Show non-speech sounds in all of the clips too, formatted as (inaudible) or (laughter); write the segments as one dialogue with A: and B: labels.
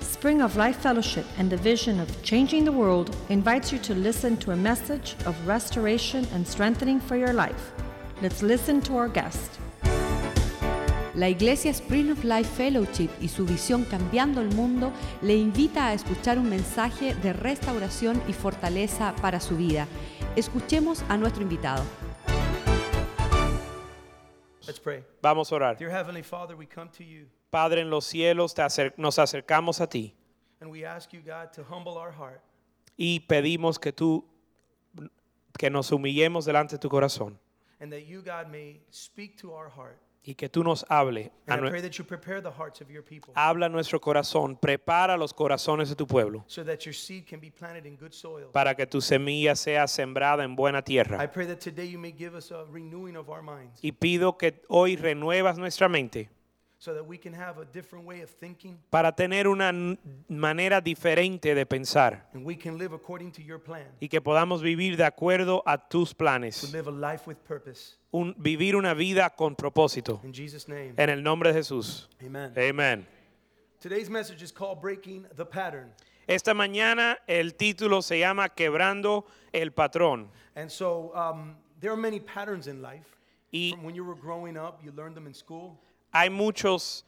A: Spring of Life Fellowship and the vision of changing the world invites you to listen to a message of restoration and strengthening for your life. Let's listen to our guest.
B: La Iglesia Spring of Life Fellowship y su visión Cambiando el Mundo le invita a escuchar un mensaje de restauración y fortaleza para su vida. Escuchemos a nuestro invitado.
C: Let's pray.
D: Vamos a orar.
C: Dear Heavenly Father, we come to you
D: Padre en los cielos, te acer- nos acercamos a ti
C: and we ask you, God, to humble our heart
D: y pedimos que tú, que nos humillemos delante de tu corazón
C: and that you, God, may speak to our heart.
D: y que tú nos hable.
C: And
D: a
C: I
D: nue-
C: pray that you prepare the hearts of your people
D: habla a nuestro corazón, prepara los corazones de tu pueblo
C: so that your seed can be planted in good soil.
D: para que tu semilla sea sembrada en buena
C: I
D: tierra.
C: pray that today you may give us a renewing of our minds
D: Y pido que hoy renuevas nuestra mente
C: so that we can have a different way of thinking
D: para tener una n- manera diferente de pensar
C: and we can live according to your plan.
D: y que podamos vivir de acuerdo a tus
C: To
D: planes,
C: live a life with purpose.
D: Un- vivir una vida con propósito.
C: In Jesus' name.
D: En el nombre de Jesús.
C: Amen.
D: Amén.
C: Today's message is called Breaking the Pattern.
D: Esta mañana el título se llama Quebrando el patrón.
C: And so um, there are many patterns in life.
D: Y
C: From when you were growing up, you learned them in school.
D: hay muchos,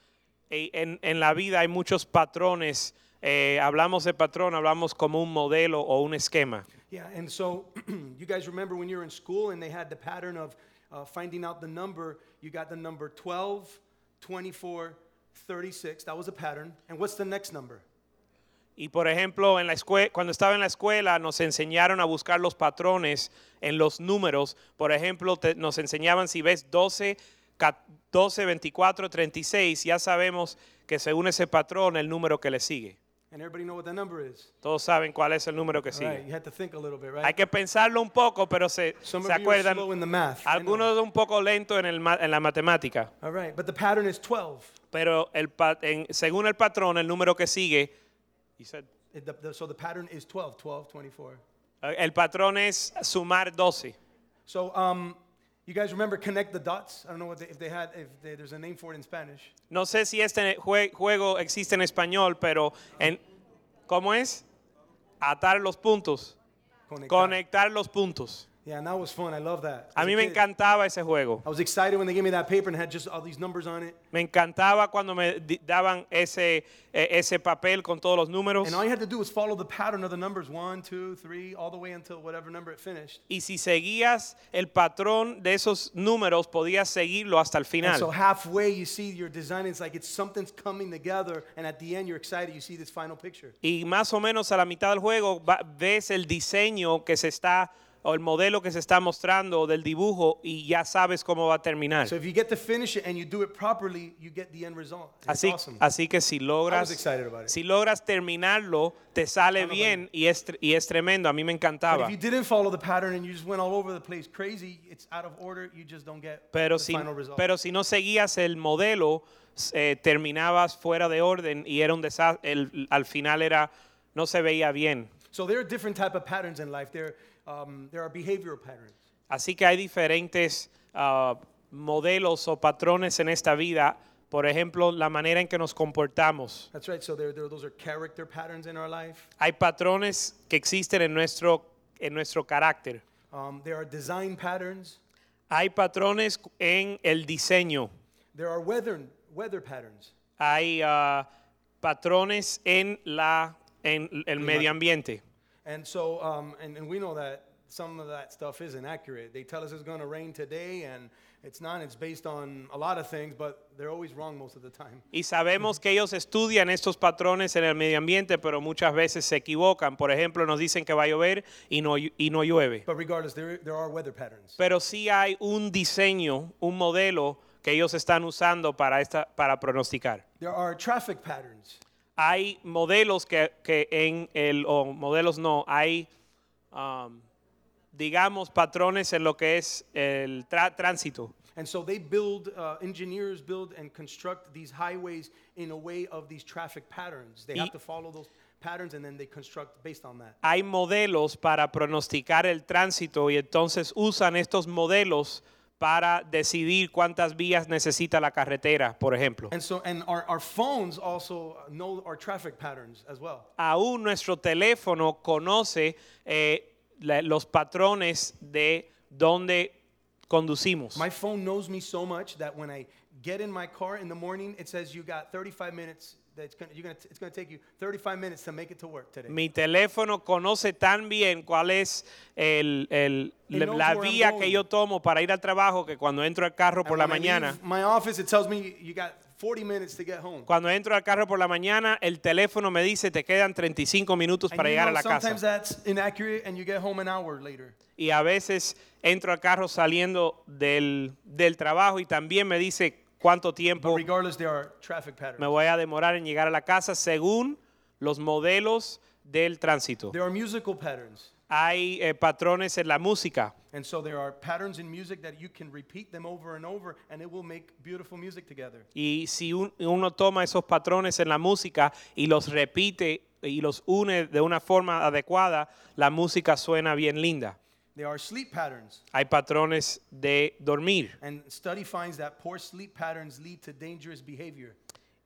D: eh, en, en la vida hay muchos patrones. Eh, hablamos de patrón, hablamos como un modelo o un esquema.
C: Yeah, and so (clears throat) you guys remember when you were in school and they had the pattern of uh, finding out the number. You got the number 12, 24, 36. That was a pattern. And what's the next number?
D: Y por ejemplo, en la escue- cuando estaba en la escuela nos enseñaron a buscar los patrones en los números. Por ejemplo, te- nos enseñaban si ves 12, ca- 12, 24, 36, ya sabemos que según ese patrón el número que le sigue.
C: And everybody know what that number is.
D: Todos saben cuál es el número que
C: All
D: sigue.
C: right, you had to think a little bit,
D: Hay
C: right?
D: que pensarlo un poco, pero se,
C: Some of
D: se
C: you are
D: acuerdan.
C: slow in the math. I know.
D: Algunos un poco lento en, el ma- en la matemática,
C: All right, but the pattern is 12.
D: pero el pa- en- según el patrón, el número que sigue, you said-
C: It- the- the- so the pattern is 12, 12, 24.
D: eh, el patrón es sumar 12.
C: So um, you guys remember connect the dots? I don't know what they, if they had if they, there's a name for it in Spanish.
D: No sé si este jue- juego existe en español, pero en, ¿cómo es? Atar los puntos,
C: Conectar.
D: conectar los puntos.
C: Yeah, and that was fun. I love that.
D: A
C: As
D: mí
C: a
D: me
C: kid,
D: encantaba ese juego.
C: I was excited when they gave me that paper and had just all these numbers on it.
D: Me encantaba cuando me di- daban ese, eh, ese papel con todos los números.
C: And all you had to do was follow the pattern of the numbers one, two, three, all the way until whatever number it finished.
D: Y si seguías el patrón de esos números, podías seguirlo hasta el
C: And so
D: final.
C: halfway, you see your design. It's like it's something's coming together, and at the end, you're excited. You see this final picture.
D: Y más o menos a la mitad del juego va- ves el diseño que se está, o el modelo que se está mostrando del dibujo y ya sabes cómo va a terminar.
C: So if you get to finish it and you do it properly, you get the end result. It's
D: Así,
C: awesome.
D: así que
C: I
D: si
C: was
D: logras,
C: excited about it.
D: si logras terminarlo, te sale
C: know
D: bien y es, tre- y es tremendo. A mí me
C: But
D: encantaba.
C: if you didn't follow the pattern and you just went all over the place crazy, it's out of order. You just don't get
D: Pero
C: the
D: si,
C: final result.
D: pero si no seguías el modelo, s- eh, terminabas fuera de orden y era un desa- el- al final era, no se veía bien.
C: so there are different type of patterns in life. There, um, there are behavioral patterns.
D: Así que hay diferentes ah, modelos o patrones en esta vida. Por ejemplo, la manera en que nos comportamos.
C: That's right. So there, there, those are character patterns in our life.
D: Hay patrones que existen en nuestro, en nuestro carácter.
C: Um, there are design patterns.
D: Hay patrones en el diseño.
C: There are weather weather patterns.
D: Hay ah, patrones en, la, en el medio ambiente.
C: And so, um, and, and we know that some of that stuff isn't accurate. They tell us it's going to rain today, and it's not. It's based on a lot of things, but they're always wrong most of the time.
D: Y sabemos que ellos estudian estos patrones en el medio ambiente, pero muchas veces se equivocan. Por ejemplo, nos dicen que va a llover y no, llu- y no llueve.
C: But regardless, there, there are weather patterns.
D: Pero sí hay un diseño, un modelo que ellos están usando para, esta, para pronosticar.
C: There are traffic patterns.
D: Hay modelos que, que en el, o modelos no, hay, um, digamos, patrones en lo que es el tra- tránsito.
C: And so they build, uh, engineers build and construct these highways in a way of these traffic patterns. They
D: Y-
C: have to follow those patterns and then they construct based on that.
D: Hay modelos para pronosticar el tránsito y entonces usan estos modelos para decidir cuántas vías necesita la carretera, por ejemplo.
C: And so, and our, our phones also know our traffic patterns as well.
D: Aún nuestro teléfono conoce eh, la- los patrones de dónde conducimos.
C: My phone knows me so much that when I get in my car in the morning, it says you got 35 minutes. That it's gonna, you're gonna, it's gonna take you 35 minutes to make it to work today.
D: Mi teléfono conoce tan bien cuál es el- el-
C: It
D: la,
C: knows
D: la
C: where I'm
D: vía que
C: going.
D: yo tomo para ir al trabajo que cuando entro al carro por
C: And
D: la
C: when I
D: mañana.
C: leave my office, it tells me you got 40 minutes to get home.
D: Cuando entro al carro por la mañana, el teléfono me dice te quedan 35 minutos
C: And
D: para
C: you
D: llegar a
C: know
D: la
C: sometimes
D: casa.
C: that's inaccurate, and you get home an hour later.
D: Y a veces entro al carro saliendo del, del trabajo y también me dice cuánto
C: But
D: tiempo
C: regardless, there are traffic
D: me
C: patterns.
D: voy a demorar en llegar a la casa según los modelos del tránsito.
C: There are musical patterns,
D: Hay eh, patrones en la música.
C: and so there are patterns in music that you can repeat them over and over, and it will make beautiful music together.
D: Y si un- uno toma esos patrones en la música y los repite y los une de una forma adecuada, la música suena bien linda.
C: There are sleep patterns.
D: Hay patrones de dormir.
C: And study finds that poor sleep patterns lead to dangerous behavior.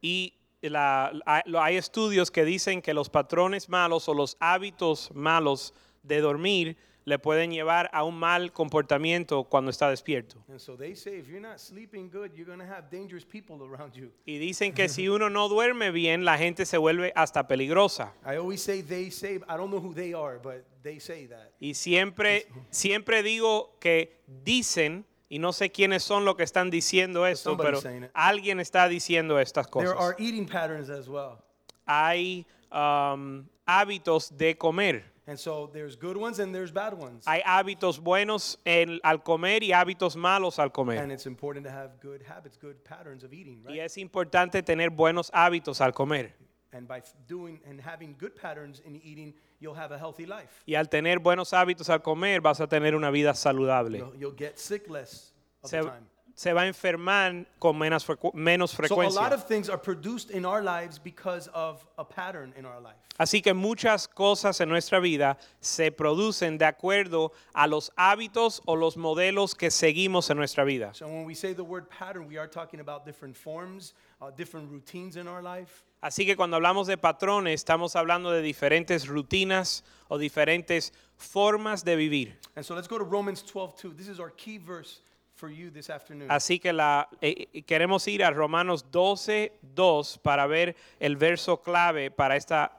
D: Y la- hay, lo- hay estudios que dicen que los patrones malos o los hábitos malos de dormir le pueden llevar a un mal comportamiento cuando está despierto.
C: And so they say if you're not sleeping good, you're going to have dangerous people around you.
D: Y dicen
C: (laughs)
D: que si uno no duerme bien, la gente se vuelve hasta peligrosa.
C: I always say they say, I don't know who they are, but they say that.
D: Y siempre, siempre digo que dicen, y no sé quiénes son los que están diciendo esto,
C: somebody's
D: pero
C: saying it.
D: alguien está diciendo estas
C: There
D: cosas.
C: are eating patterns as well.
D: Hay um, hábitos de comer.
C: And so there's good ones and there's bad ones.
D: Hay hábitos buenos en- al comer y hábitos malos al
C: and
D: comer.
C: it's important to have good habits, good patterns of eating, right?
D: Y es importante tener buenos hábitos al comer.
C: And by f- doing and having good patterns in eating, you'll have a healthy life.
D: Y al tener buenos hábitos al comer vas a tener una vida saludable.
C: You'll, you'll get sick less of
D: Se,
C: the time.
D: se va a enfermar con menos, frecu- menos
C: So a lot
D: frecuencia.
C: of things are produced in our lives because of a pattern in our life.
D: Así que muchas cosas en nuestra vida se producen de acuerdo a los hábitos o los modelos que seguimos en nuestra vida.
C: So when we say the word pattern, we are talking about different forms, uh, different routines in our life.
D: Así que cuando hablamos de patrones, estamos hablando de diferentes rutinas o diferentes formas de vivir.
C: And so let's go to Romans 12:2. This is our key verse for you this afternoon.
D: Así que la, eh, eh, queremos ir a Romanos 12, 2 para ver el verso clave para, esta,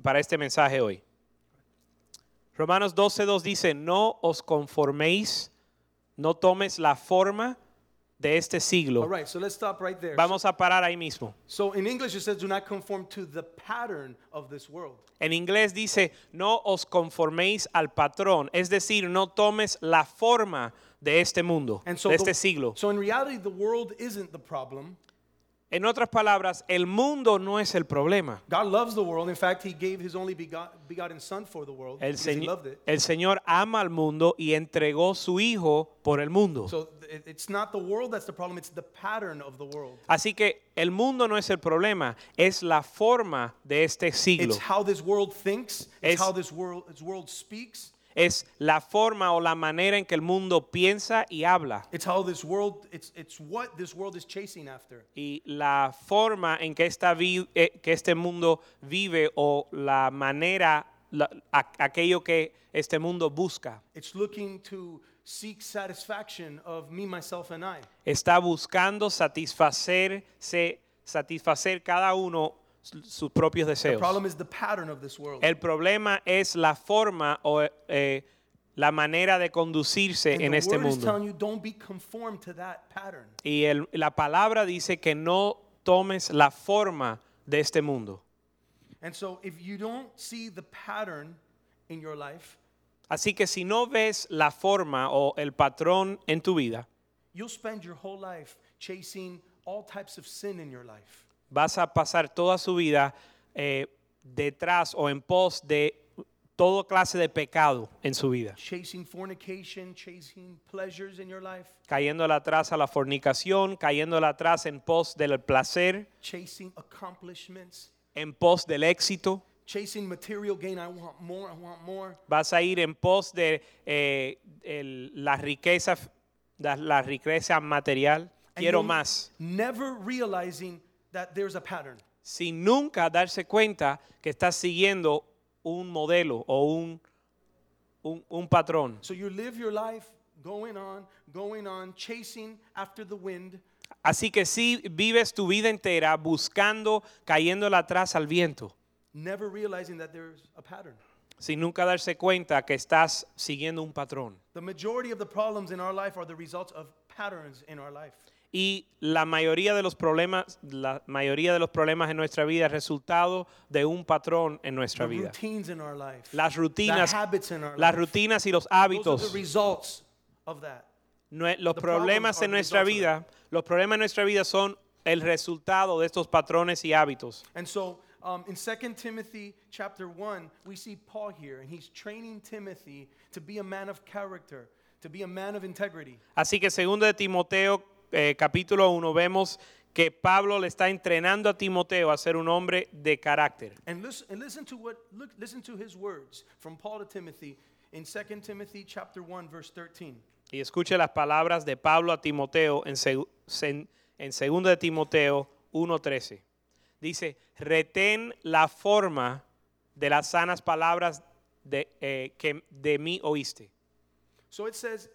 D: para este mensaje hoy. Romanos 12, 2 dice, no os conforméis, no tomes la forma de este siglo.
C: All right, so let's stop right there.
D: Vamos a parar ahí mismo.
C: so in English it says do not conform to the pattern of this world.
D: En inglés dice, no os conforméis al patrón, es decir, no tomes la forma de este mundo,
C: And so
D: de
C: the-
D: este siglo.
C: So in reality the world isn't the problem.
D: En otras palabras, el mundo no es el problema.
C: God loves the world. In fact, he gave his only begot, begotten son for the world.
D: El,
C: because
D: Señ-
C: he loved it.
D: el Señor ama al mundo y entregó su Hijo por el mundo.
C: So th- it- it's not the world that's the problem, it's the pattern of the world.
D: Así que el mundo no es el problema, es la forma de este siglo.
C: It's how this world thinks,
D: Es-
C: it's how this world, this world speaks,
D: Es la forma o la manera en que el mundo piensa y habla.
C: it's how this world, it's, it's what this world is chasing after.
D: Y la forma en que, esta vi- eh, que este mundo vive o la manera, la- a- aquello que este mundo busca.
C: It's looking to seek satisfaction of me, myself, and I.
D: Está buscando satisfacerse, satisfacer cada uno su- sus propios
C: The
D: deseos.
C: problem is the pattern of this world.
D: El problema es la forma o eh, la manera de conducirse
C: and
D: en
C: the
D: este
C: word is telling
D: mundo.
C: you don't be conformed to that pattern.
D: Y el- la palabra dice que no tomes la forma de este mundo.
C: And so if you don't see the pattern in your life,
D: Así que si no ves la forma o el patrón en tu vida,
C: you'll spend your whole life chasing all types of sin in your life.
D: vas a pasar toda su vida eh, detrás o en pos de todo clase de pecado en su vida,
C: Chasing fornication, chasing pleasures in your life,
D: cayéndole atrás a la fornicación, cayéndole atrás en pos del placer,
C: chasing accomplishments,
D: en pos del éxito.
C: chasing material gain. I want more, I want more.
D: Vas a ir en pos de eh, el- la riqueza f- la, la riqueza material,
C: and
D: quiero
C: you
D: más,
C: Never realizing that there's a pattern.
D: sin nunca darse cuenta que estás siguiendo un modelo o un, un, un patrón.
C: So you live your life going on, going on, chasing after the wind,
D: Así que si vives tu vida entera buscando, cayéndole atrás al viento,
C: never realizing that there's a pattern.
D: sin nunca darse cuenta que estás siguiendo un patrón.
C: The majority of the problems in our life are the results of patterns in our life.
D: Y la mayoría de los problemas, la mayoría de los problemas en nuestra vida es resultado de un patrón en nuestra
C: The
D: vida.
C: routines in our life.
D: Las rutinas,
C: the habits in our
D: las
C: life.
D: rutinas y los
C: Those are
D: hábitos,
C: the results of that.
D: nue- los
C: the problems
D: problemas
C: are
D: en
C: the
D: nuestra
C: results of
D: vida, los problemas en nuestra vida son el resultado de estos patrones y hábitos.
C: And so um, in 2 Timothy chapter 1, we see Paul here, and he's training Timothy to be a man of character, to be a man of integrity.
D: Así que segundo de Timoteo eh, capítulo 1 vemos que Pablo le está entrenando a Timoteo a ser un hombre de carácter.
C: And listen, and listen to what look, listen to his words from Paul to Timothy in 2 Timothy chapter 1 verse 13.
D: Y escuche las palabras de Pablo a Timoteo en, segu- sen- en segundo de Timoteo 1:13. Dice, "Retén la forma de las sanas palabras de, eh, que de mí oíste."
C: So it says,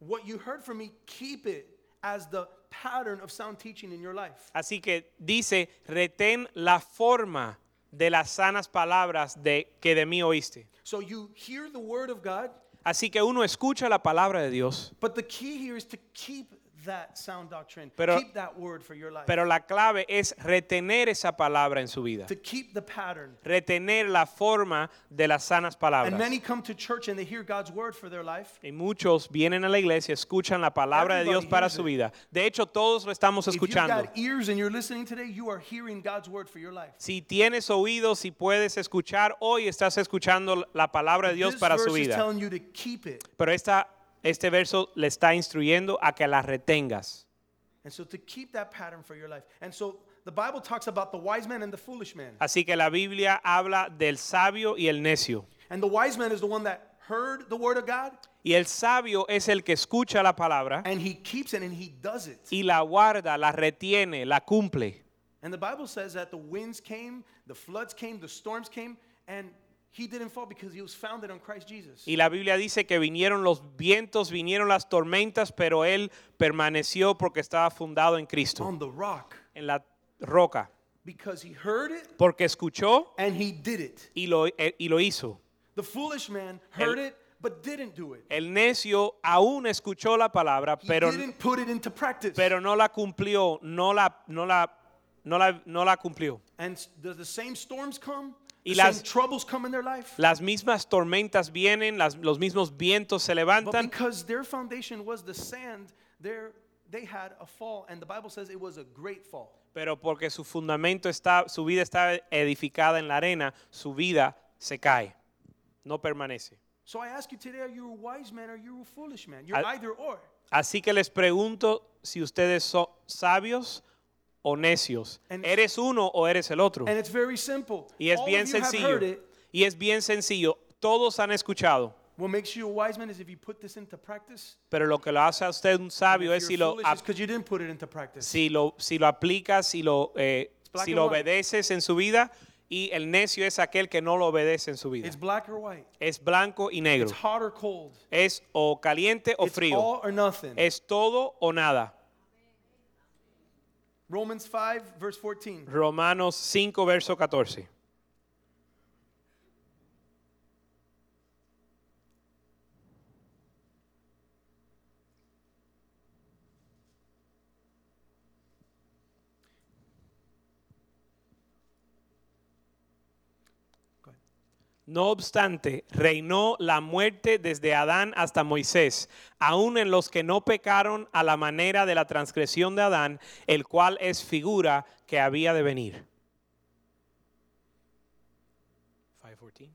C: "What you heard from me, keep it as the pattern of sound teaching in your life."
D: Así que dice, "Retén la forma de las sanas palabras de que de mí oíste."
C: So you hear the word of God,
D: Así que uno escucha la palabra de Dios
C: but the key here is to keep that sound doctrine.
D: Pero-
C: keep that word for your life.
D: Pero la clave es retener esa palabra en su vida.
C: to keep the pattern.
D: Retener la forma de las sanas
C: And
D: palabras.
C: many come to church and they hear God's word for their life.
D: Y muchos vienen a la iglesia, escuchan la palabra de Dios
C: Everybody
D: para
C: hears
D: su
C: it.
D: vida. De hecho, todos lo estamos
C: If you've
D: escuchando.
C: got e- ears and you're listening today, you are hearing God's word for your life.
D: Si tienes oídos y puedes escuchar, hoy estás escuchando la palabra de Dios
C: this
D: para
C: verse
D: su
C: is
D: vida.
C: telling you to keep it.
D: Pero esta, este verso le está instruyendo a que la retengas.
C: And so to keep that pattern for your life. And so the Bible talks about the wise man and the foolish man.
D: Así que la Biblia habla del sabio y el necio.
C: And the wise man is the one that heard the word of God
D: Y el sabio es el que escucha la palabra
C: and he keeps it and he does it.
D: y la guarda, la retiene, la cumple.
C: And the Bible says that the winds came, the floods came, the storms came, and he didn't fall because he was founded on Christ Jesus.
D: Y la Biblia dice que vinieron los vientos, vinieron las tormentas, pero él permaneció porque estaba fundado en Cristo,
C: On the rock
D: en la roca,
C: because he heard it
D: porque escuchó
C: and he did it.
D: y lo, eh, y lo hizo.
C: The foolish man heard
D: El-
C: it but didn't do it.
D: El necio aún escuchó la palabra,
C: He
D: pero,
C: didn't put it into practice.
D: pero no la cumplió, no la, no la, no la, no la cumplió.
C: and s- the, the same storms come,
D: Y
C: the
D: las-
C: same troubles come in their life.
D: Las mismas tormentas vienen, las- los mismos vientos se
C: But
D: levantan,
C: because their foundation was the sand, there they had a fall, and the Bible says it was a great fall.
D: pero porque su fundamento está, su vida está edificada en la arena, su vida se cae, no permanece.
C: So I ask you today: Are you a wise man or are you a foolish man? You're
D: Al-
C: either or.
D: Así que les pregunto si ustedes son sabios o necios.
C: And-
D: ¿Eres uno o eres el otro?
C: And it's very simple.
D: Y es
C: All
D: bien
C: of you have
D: sencillo.
C: heard it.
D: Y es bien sencillo. Todos han escuchado,
C: What makes you a wise man is if you put this into practice.
D: pero lo que lo hace a usted un
C: And
D: sabio
C: if
D: es si
C: you're
D: lo,
C: foolish,
D: ap-
C: it's 'cause you didn't put it into practice.
D: si lo, si lo aplicas, si lo, eh,
C: black
D: si
C: and
D: lo
C: white.
D: obedeces en su vida. Y el necio es aquel que no lo obedece en su vida.
C: It's black or white.
D: Es blanco y negro.
C: It's hot or cold.
D: Es o caliente o
C: It's
D: frío.
C: all or nothing.
D: Es todo o nada.
C: Romans 5 verse 14.
D: Romanos 5, verso 14. No obstante, reinó la muerte desde Adán hasta Moisés, aun en los que no pecaron a la manera de la transgresión de Adán, el cual es figura que había de venir. 5:14.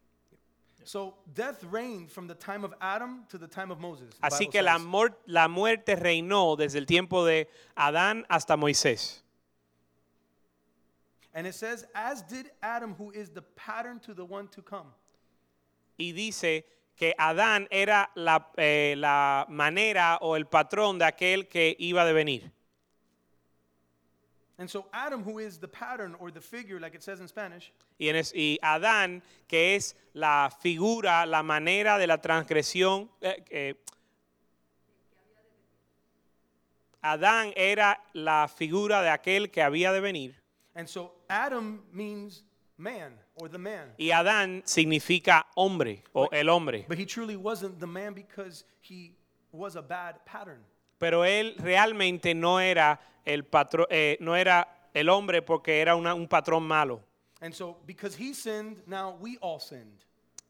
C: So death reigned from the time of Adam to the time of Moses. the
D: Así
C: Bible
D: que la,
C: says.
D: mor- la muerte reinó desde el tiempo de Adán hasta Moisés.
C: And it says, as did Adam, who is the pattern to the one to come.
D: Y dice que Adán era la, eh, la manera o el patrón de aquel que iba a devenir.
C: And so Adam, who is the pattern or the figure, like it says in Spanish,
D: Y, en es- y Adán, que es la figura, la manera de la transgresión. eh, eh, Adán era la figura de aquel que había de venir.
C: and so Adam means man or the man.
D: Y Adán significa hombre o el hombre.
C: But he truly wasn't the man because he was a bad pattern.
D: Pero él realmente no era el, patro- eh, no era el hombre porque era una- un patrón malo.
C: And so because he sinned, now we all sinned.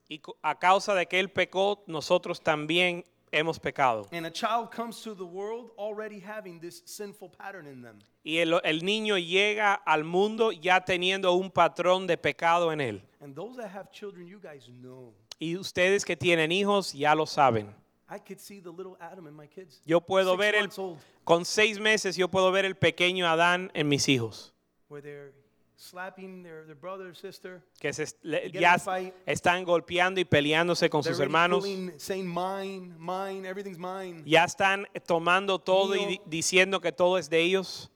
D: Y co- a causa de que él pecó, nosotros también hemos pecado.
C: And a child comes to the world already having this sinful pattern in them.
D: Y el, el niño llega al mundo ya teniendo un patrón de pecado en él.
C: And those that have children, you guys know.
D: Y ustedes que tienen hijos ya lo saben.
C: I could see the little Adam in my kids.
D: Yo puedo
C: Six
D: ver el
C: months old,
D: con seis meses yo puedo ver el pequeño Adán en mis hijos
C: where they're slapping their, their brother or sister.
D: que se est- le-
C: Get in
D: ya
C: a fight.
D: están golpeando y peleándose con sus
C: They're
D: hermanos.
C: ridiculing, saying mine, mine, everything's mine.
D: Ya están tomando todo y
C: Mío.
D: di- diciendo que todo es de ellos.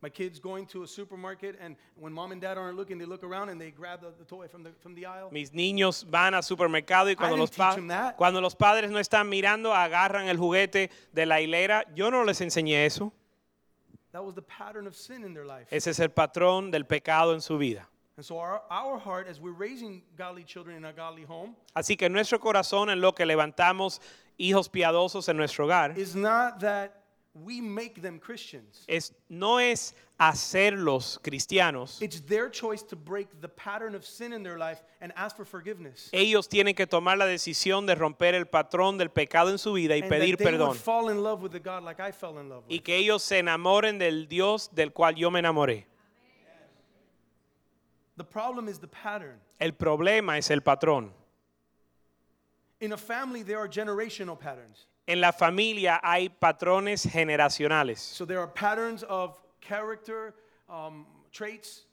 C: My kids going to a supermarket, and when mom and dad aren't looking, they look around and they grab the, the toy from the from the aisle.
D: Mis niños van al supermercado y cuando
C: didn't
D: los, pa-
C: teach him that.
D: cuando los padres no están mirando, agarran el juguete de la hilera. Yo no les enseñé eso.
C: That was the pattern of sin in their life.
D: Ese es el patrón del pecado en su vida.
C: and so our, our heart, as we're raising godly children in a godly home,
D: Así que nuestro corazón en lo que levantamos hijos piadosos en nuestro hogar
C: is not that we make them Christians.
D: es, no es hacerlos cristianos.
C: It's their choice to break the pattern of sin in their life and ask for forgiveness.
D: Ellos tienen que tomar la decisión de romper el patrón del pecado en su vida y
C: and that
D: pedir
C: they
D: perdón.
C: would fall in love with the God like I fell in love
D: Y
C: with.
D: que ellos se enamoren del Dios del cual yo me enamoré.
C: The problem is the pattern.
D: El problema es el patrón.
C: In a family, there are generational patterns.
D: En la familia hay patrones generacionales.
C: So there are patterns of character, um, traits,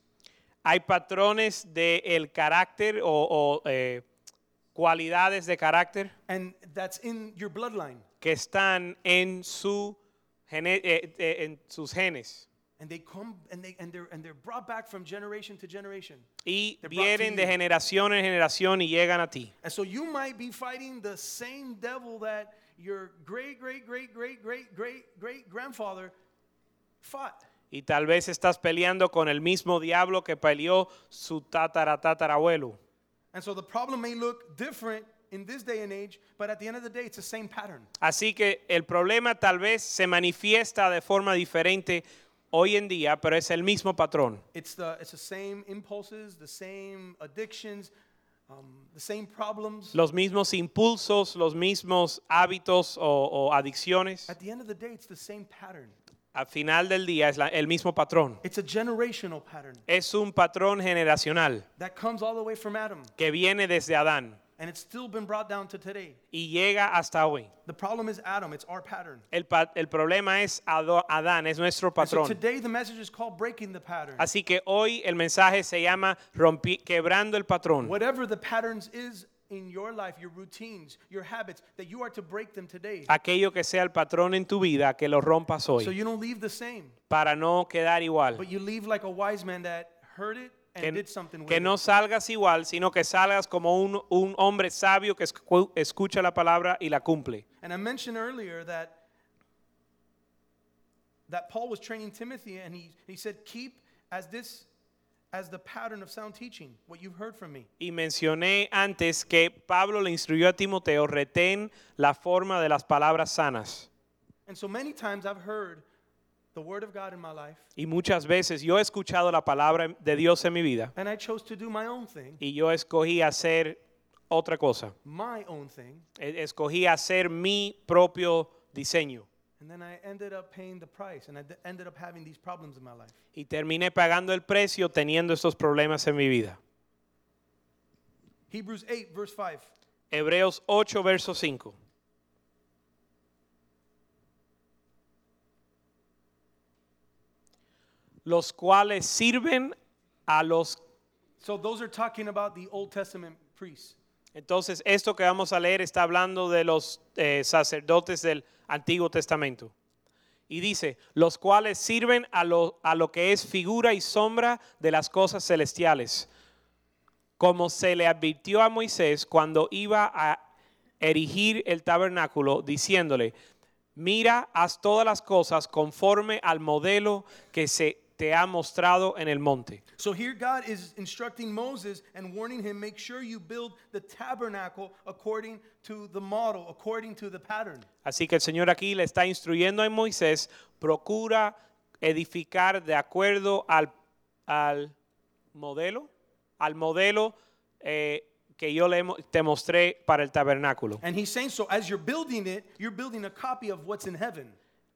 D: Hay patrones del carácter o, o, eh, cualidades de carácter
C: and that's in your bloodline.
D: que están en, su gene- eh, eh, en sus genes
C: And they come and they and they're and they're brought back from generation to generation.
D: y
C: They're brought to
D: vienen de
C: you.
D: generación en generación y llegan a ti.
C: And so you might be fighting the same devil that your great great great great great great great grandfather fought.
D: Y tal vez estás peleando con el mismo diablo que peleó su tatara tatarabuelo.
C: And so the problem may look different in this day and age, but at the end of the day, it's the same pattern.
D: Así que el problema tal vez se manifiesta de forma diferente hoy en día, pero es el mismo patrón.
C: It's the it's the same impulses, the same addictions, um, the same problems.
D: Los mismos impulsos, los mismos hábitos o, o adicciones.
C: At the end of the day, it's the same pattern.
D: Al final del día es la- el mismo patrón.
C: It's a generational pattern
D: Es un patrón generacional
C: that comes all the way from Adam,
D: que viene desde Adán
C: and it's still been brought down to today.
D: y llega hasta hoy.
C: The problem is Adam. It's our pattern.
D: El, pa- el problema es Ado- Adán, es nuestro
C: And so
D: patrón.
C: today, the message is called breaking the pattern.
D: Así que hoy el mensaje se llama rompi- quebrando el patrón.
C: Whatever the patterns is in your life, your routines, your habits, that you are to break them today,
D: Aquello que sea el patrón en tu vida, que lo rompas
C: so
D: hoy,
C: you don't leave the same.
D: para no quedar igual.
C: But you leave like a wise man that heard it and
D: Que,
C: did something with
D: que no
C: it.
D: salgas igual, sino que salgas como un, un hombre sabio que escu- escucha la palabra y la cumple.
C: And I mentioned earlier that that Paul was training Timothy and he, he said, keep as this as the pattern of sound teaching, what you've heard from me.
D: Y mencioné antes que Pablo le instruyó a Timoteo, retén la forma de las palabras sanas.
C: And so many times I've heard the word of God in my life,
D: Y muchas veces yo he escuchado la palabra de Dios en mi vida
C: and I chose to do my own thing,
D: y yo escogí hacer otra cosa.
C: my own thing,
D: E- escogí hacer mi propio diseño
C: and then I ended up paying the price, and I d- ended up having these problems in my life.
D: y terminé pagando el precio teniendo estos problemas en mi vida.
C: Hebrews 8, verse 5.
D: Hebreos 8, verso 5. Los cuales sirven a los...
C: So those are talking about the Old Testament priests.
D: Entonces, esto que vamos a leer está hablando de los eh, sacerdotes del Antiguo Testamento. Y dice, los cuales sirven a lo, a lo que es figura y sombra de las cosas celestiales, como se le advirtió a Moisés cuando iba a erigir el tabernáculo, diciéndole, mira, haz todas las cosas conforme al modelo que se te ha mostrado en el monte.
C: So here God is instructing Moses and warning him make sure you build the tabernacle according to the model, according to the pattern.
D: Así que el Señor aquí le está instruyendo a Moisés, procura edificar de acuerdo al, al modelo, al modelo eh, que yo le mo- te mostré para el tabernáculo.
C: And he's saying so as you're building it, you're building a copy of what's in heaven.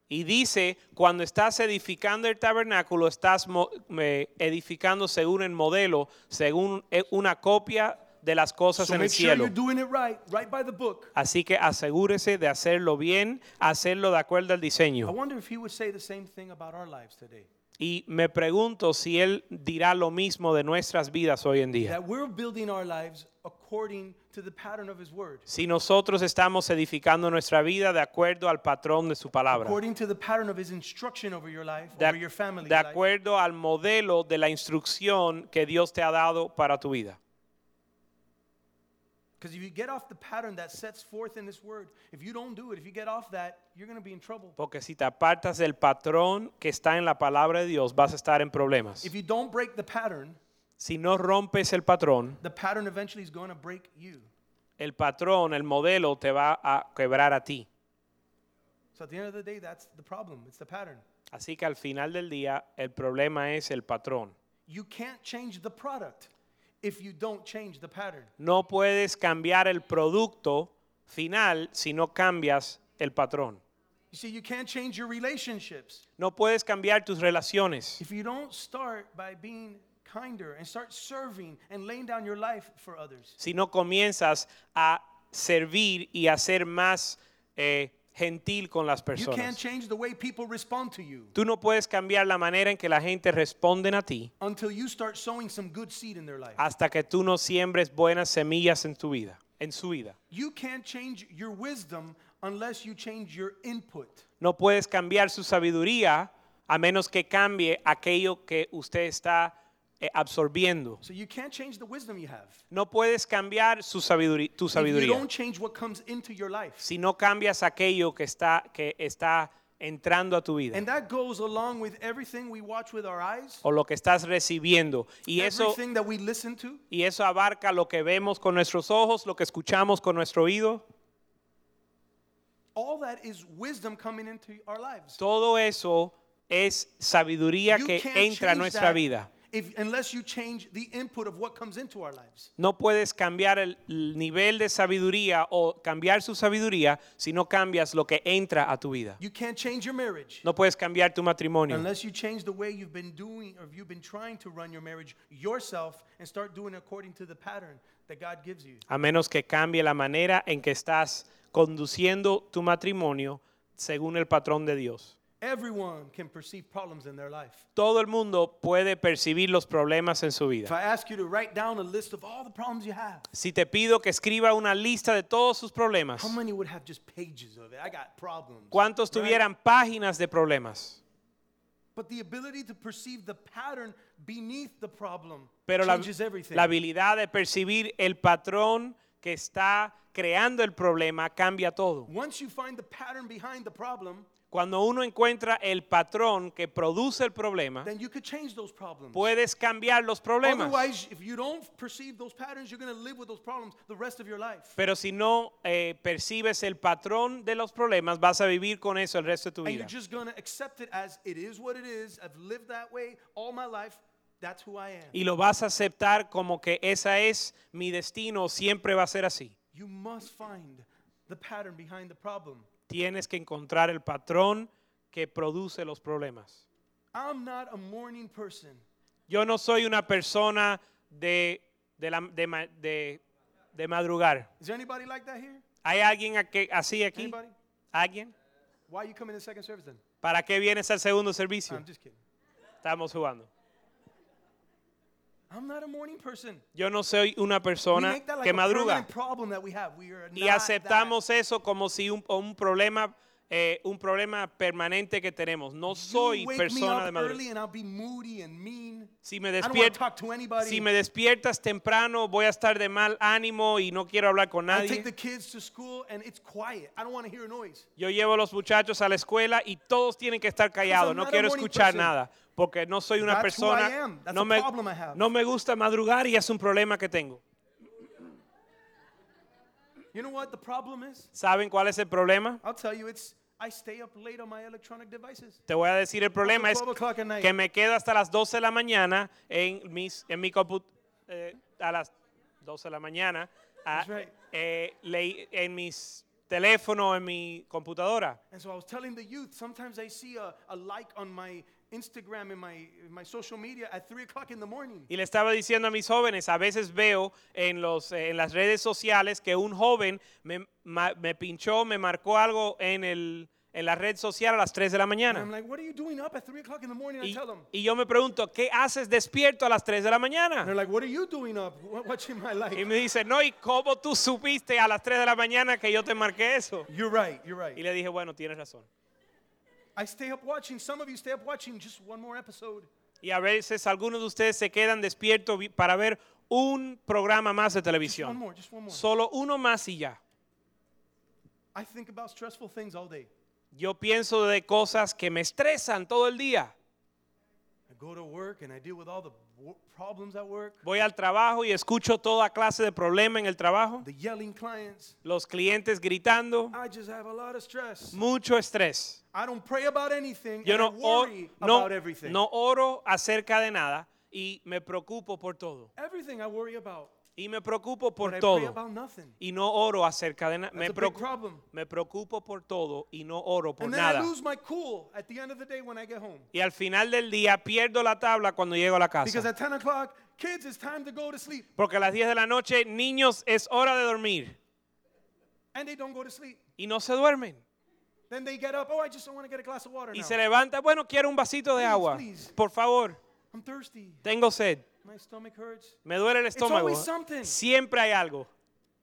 D: Y dice, cuando estás edificando el tabernáculo, estás mo- me- edificando según el modelo, según eh, una copia de las cosas
C: So
D: en el
C: make sure
D: cielo.
C: you're doing it right, right by the book.
D: Así que asegúrese de hacerlo bien, hacerlo de acuerdo al
C: I
D: diseño.
C: wonder if he would say the same thing about our lives today.
D: Y me pregunto si Él dirá lo mismo de nuestras vidas hoy en día.
C: That we're building our lives according to the pattern of his word.
D: Si nosotros estamos edificando nuestra vida de acuerdo al patrón de su palabra,
C: According to the pattern of his instruction over your life,
D: de,
C: over your family
D: de
C: life.
D: acuerdo al modelo de la instrucción que Dios te ha dado para tu vida.
C: Because if you get off the pattern that sets forth in this word, if you don't do it, if you get off that, you're going to be in trouble.
D: Porque si te apartas del patrón que está en la palabra de Dios, vas a estar en problemas.
C: If you don't break the pattern,
D: Si no rompes el patrón,
C: the pattern eventually is going to break you.
D: el patrón, el modelo te va a quebrar a ti.
C: So at the end of the day, that's the problem. It's the pattern.
D: Así que al final del día, el problema es el patrón.
C: You can't change the product if you don't change the pattern.
D: No puedes cambiar el producto final si no cambias el patrón.
C: You see, you can't change your relationships
D: No puedes cambiar tus relaciones
C: if you don't start by being kinder and start serving and laying down your life for others.
D: si no comienzas a servir y a ser más eh, gentil con las
C: You can't
D: personas.
C: change the way people respond to you
D: Tú no puedes cambiar la manera en que la gente responde a ti
C: until you start sowing some good seed in their life.
D: hasta que tú no siembres buenas semillas en tu vida, en su vida.
C: You can't change your wisdom unless you change your input.
D: No puedes cambiar su sabiduría a menos que cambie aquello que usted está eh, absorbiendo.
C: So you can't change the wisdom you have.
D: No puedes cambiar su sabiduri- tu
C: If you
D: sabiduría
C: don't change what comes into your life.
D: si no cambias aquello que está, que está entrando a tu vida
C: And that goes along with everything we watch with our eyes,
D: o lo que estás recibiendo. Oh, Y eso,
C: everything that we listen to,
D: y eso abarca lo que vemos con nuestros ojos, lo que escuchamos con nuestro oído.
C: all that is wisdom coming into our lives.
D: Todo eso es sabiduría
C: You
D: que
C: can't
D: entra a
C: change
D: nuestra
C: that
D: vida.
C: If, unless you change the input of what comes into our lives.
D: No puedes cambiar el el nivel de sabiduría o cambiar su sabiduría si no cambias lo que entra a tu vida.
C: You can't change your marriage
D: No puedes cambiar tu matrimonio
C: unless you change the way you've been doing or you've been trying to run your marriage yourself and start doing it according to the pattern that God gives you.
D: a menos que cambie la manera en que estás conduciendo tu matrimonio según el patrón de Dios.
C: Everyone can perceive problems in their life.
D: Todo el mundo puede percibir los problemas en su
C: If
D: vida.
C: I ask you to write down a list of all the problems you have,
D: Si te pido que escriba una lista de todos sus problemas,
C: how many would have just pages of it? I got problems.
D: ¿cuántos
C: right?
D: tuvieran páginas de problemas?
C: But the ability to perceive the pattern beneath the problem
D: Pero la,
C: changes everything.
D: la habilidad de percibir el patrón que está creando el problema cambia todo.
C: Once you find the pattern behind the problem,
D: Cuando uno encuentra el patrón que produce el problema,
C: then you could change those problems.
D: puedes cambiar los problemas.
C: Otherwise, if you don't perceive those patterns, you're going to live with those problems the rest of your life.
D: Pero si no eh, percibes el patrón de los problemas, vas a vivir con eso el resto de tu
C: And
D: vida.
C: you're just going to accept it as it is what it is. I've lived that way all my life. That's who I am.
D: Y lo vas a aceptar como que esa es mi destino, siempre va a ser así.
C: You must find the pattern behind the problem.
D: Tienes que encontrar el patrón que produce los problemas.
C: I'm not a morning person.
D: Yo no soy una persona de, de, la- de ma- de- de madrugar.
C: Is there anybody like that here?
D: ¿Hay alguien aquí- así aquí?
C: Anybody?
D: ¿Alguien?
C: Why are you coming to second service then?
D: ¿Para qué vienes al segundo servicio?
C: I'm just kidding.
D: Estamos jugando.
C: I'm not a morning person.
D: Yo no soy una
C: We
D: persona
C: make that like
D: que
C: a
D: madruga
C: permanent problem that we have. We are
D: y
C: not
D: aceptamos eso como si un, un problema eh, un problema permanente que tenemos. No
C: that.
D: soy
C: you wake me
D: persona
C: up
D: de madruga.
C: early and I'll be moody and mean.
D: Si me,
C: I don't want
D: despier-
C: to talk to anybody.
D: si me despiertas temprano, voy a estar de mal ánimo y no quiero hablar con
C: I take
D: nadie.
C: the kids to school and it's quiet. I don't want to hear a noise.
D: Yo llevo a los muchachos a la escuela y todos tienen que estar callados.
C: I'm
D: No
C: not a
D: quiero
C: morning
D: escuchar
C: person.
D: nada porque no soy una
C: That's who I
D: persona.
C: am. That's
D: No
C: a
D: me,
C: problem I have.
D: no me gusta madrugar y es un problema que tengo.
C: You know what the problem is?
D: ¿Saben cuál es el problema?
C: I'll tell you, it's I stay up late on my electronic devices.
D: Te voy a decir el problema es
C: 12 o'clock at night.
D: que me quedo hasta las 12 de la mañana en mis en mi compu- eh, a las 12 de la mañana a-
C: That's right.
D: eh, leí- en mis teléfono en mi computadora.
C: And so I was telling the youth, sometimes I see a, a like on my Instagram and my, my social media at 3 o'clock in the morning.
D: Y le estaba diciendo a mis jóvenes, a veces veo en, los, eh, en las redes sociales que un joven me, ma- me pinchó, me marcó algo en, el, en la red social a las 3 de la
C: And I'm
D: mañana.
C: like, what are you doing up at 3 o'clock in the morning? I
D: Y,
C: tell 'em." them.
D: y yo me pregunto, ¿qué haces despierto a las 3 de la mañana?
C: And they're like, what are you doing up wa- watching my life?
D: Y me dice, no, ¿y cómo tú supiste a las 3 de la mañana que yo te marqué eso?
C: You're right, you're
D: Y
C: right.
D: le dije, bueno, tienes razón.
C: I stay up watching. Some of you stay up watching just one more episode.
D: Y a veces algunos de ustedes se quedan despiertos vi- para ver un programa más de
C: Just one
D: televisión.
C: more, just one more.
D: Solo uno más y ya.
C: I think about stressful things all day.
D: Yo pienso de cosas que me estresan todo el día.
C: I go to work and I deal with all the wo- problems at work,
D: Voy al trabajo y escucho toda clase de problema en el trabajo.
C: the yelling clients.
D: Los clientes gritando.
C: I just have a lot of stress.
D: Mucho estrés.
C: I don't pray about anything.
D: Yo
C: and I
D: no, or-
C: worry
D: no,
C: about everything.
D: no oro acerca de nada y me preocupo por todo.
C: Everything I worry about.
D: Y me preocupo por
C: but I pray
D: todo.
C: about nothing.
D: y no oro acerca de nada.
C: That's
D: Me,
C: a big
D: preocu-
C: problem.
D: me preocupo por todo y no oro por
C: And then
D: nada.
C: I lose my cool at the end of the day when I get home.
D: Y al final del día pierdo la tabla cuando llego a la
C: Because
D: casa.
C: at 10 o'clock, kids, it's time to go to sleep.
D: Porque a las 10 de la noche, niños, es hora de dormir.
C: And they don't go to sleep.
D: Y no se duermen.
C: Then they get up. Oh, I just don't want to get a glass of water
D: Y
C: now.
D: se levanta, bueno, quiero un vasito de
C: Please,
D: agua.
C: please.
D: Por favor,
C: I'm thirsty.
D: tengo sed.
C: My stomach hurts.
D: Me duele el estómago.
C: always something.
D: Siempre hay algo.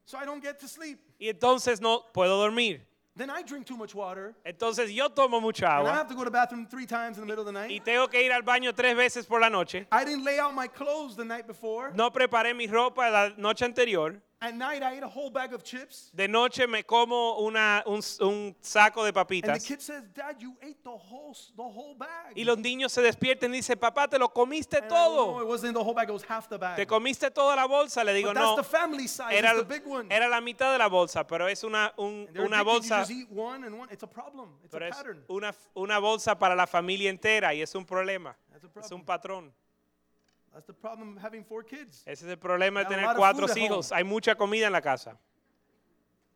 C: So I don't get to sleep.
D: Y entonces no puedo dormir.
C: Then I drink too much water.
D: Entonces yo tomo mucha
C: And I
D: agua
C: have to go to the bathroom three times in the middle of the
D: y
C: night.
D: tengo que ir al baño tres veces por la noche.
C: I didn't lay out my clothes the night before.
D: No preparé mi ropa la noche anterior.
C: At night, I ate a whole bag of chips.
D: De noche me como una, un, s- un saco de
C: And the
D: papitas.
C: kid says, Dad, you ate the whole, s- the whole bag.
D: Y los niños se despierten y dicen, papá, te lo comiste
C: And I go, no, it
D: todo.
C: wasn't the whole bag. It was half the bag.
D: Te comiste toda la bolsa. Le digo,
C: but that's
D: no,
C: the family size.
D: era,
C: it's the big one.
D: era la mitad de la bolsa, pero es una, un-
C: And they're
D: una
C: addicted. You
D: bolsa.
C: just eat one and one. It's a problem. It's
D: Pero
C: a
D: es
C: pattern.
D: una, una bolsa para la familia entera y es un problema.
C: That's a
D: Es
C: problem.
D: un patrón.
C: That's the problem of having four kids.
D: Ese es el problema de
C: Got a
D: tener
C: lot of
D: cuatro
C: food at
D: hijos. Hay mucha comida en la casa.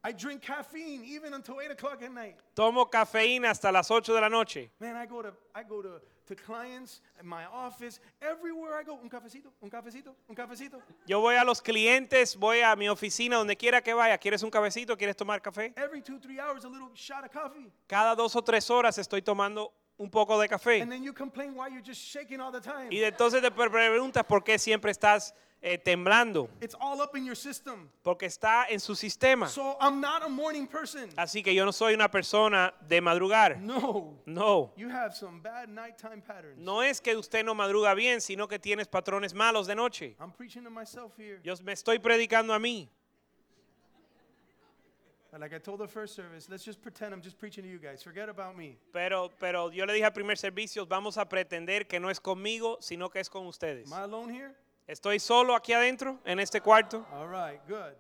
C: I drink caffeine even until eight o'clock at night.
D: Tomo cafeína hasta las 8 de la noche.
C: Man, I go to I go to, to clients, in my office, everywhere I go, un cafecito, un cafecito, un cafecito.
D: Yo voy a los clientes, voy a mi oficina, donde quiera que vaya. ¿Quieres un cafecito? ¿Quieres tomar café?
C: Every two, three hours, a little shot of coffee.
D: cada dos o tres horas estoy tomando un poco de
C: And
D: café.
C: then you complain why you're just shaking all the time.
D: Y de- entonces te pre- preguntas por qué siempre estás eh, temblando.
C: It's all up in your system.
D: Porque está en su sistema.
C: So I'm not a morning person.
D: Así que yo no soy una persona de madrugar.
C: No.
D: No.
C: You have some bad nighttime patterns.
D: No es que usted no madruga bien, sino que tienes patrones malos de noche.
C: I'm preaching to myself here.
D: Yo me estoy predicando a mí.
C: But like I told the first service, let's just pretend I'm just preaching to you guys. Forget about me.
D: Pero, pero yo le dije al primer servicio, vamos a pretender que no es conmigo, sino que es con ustedes.
C: Am I alone here?
D: Estoy solo aquí adentro, en este cuarto.
C: All right, good.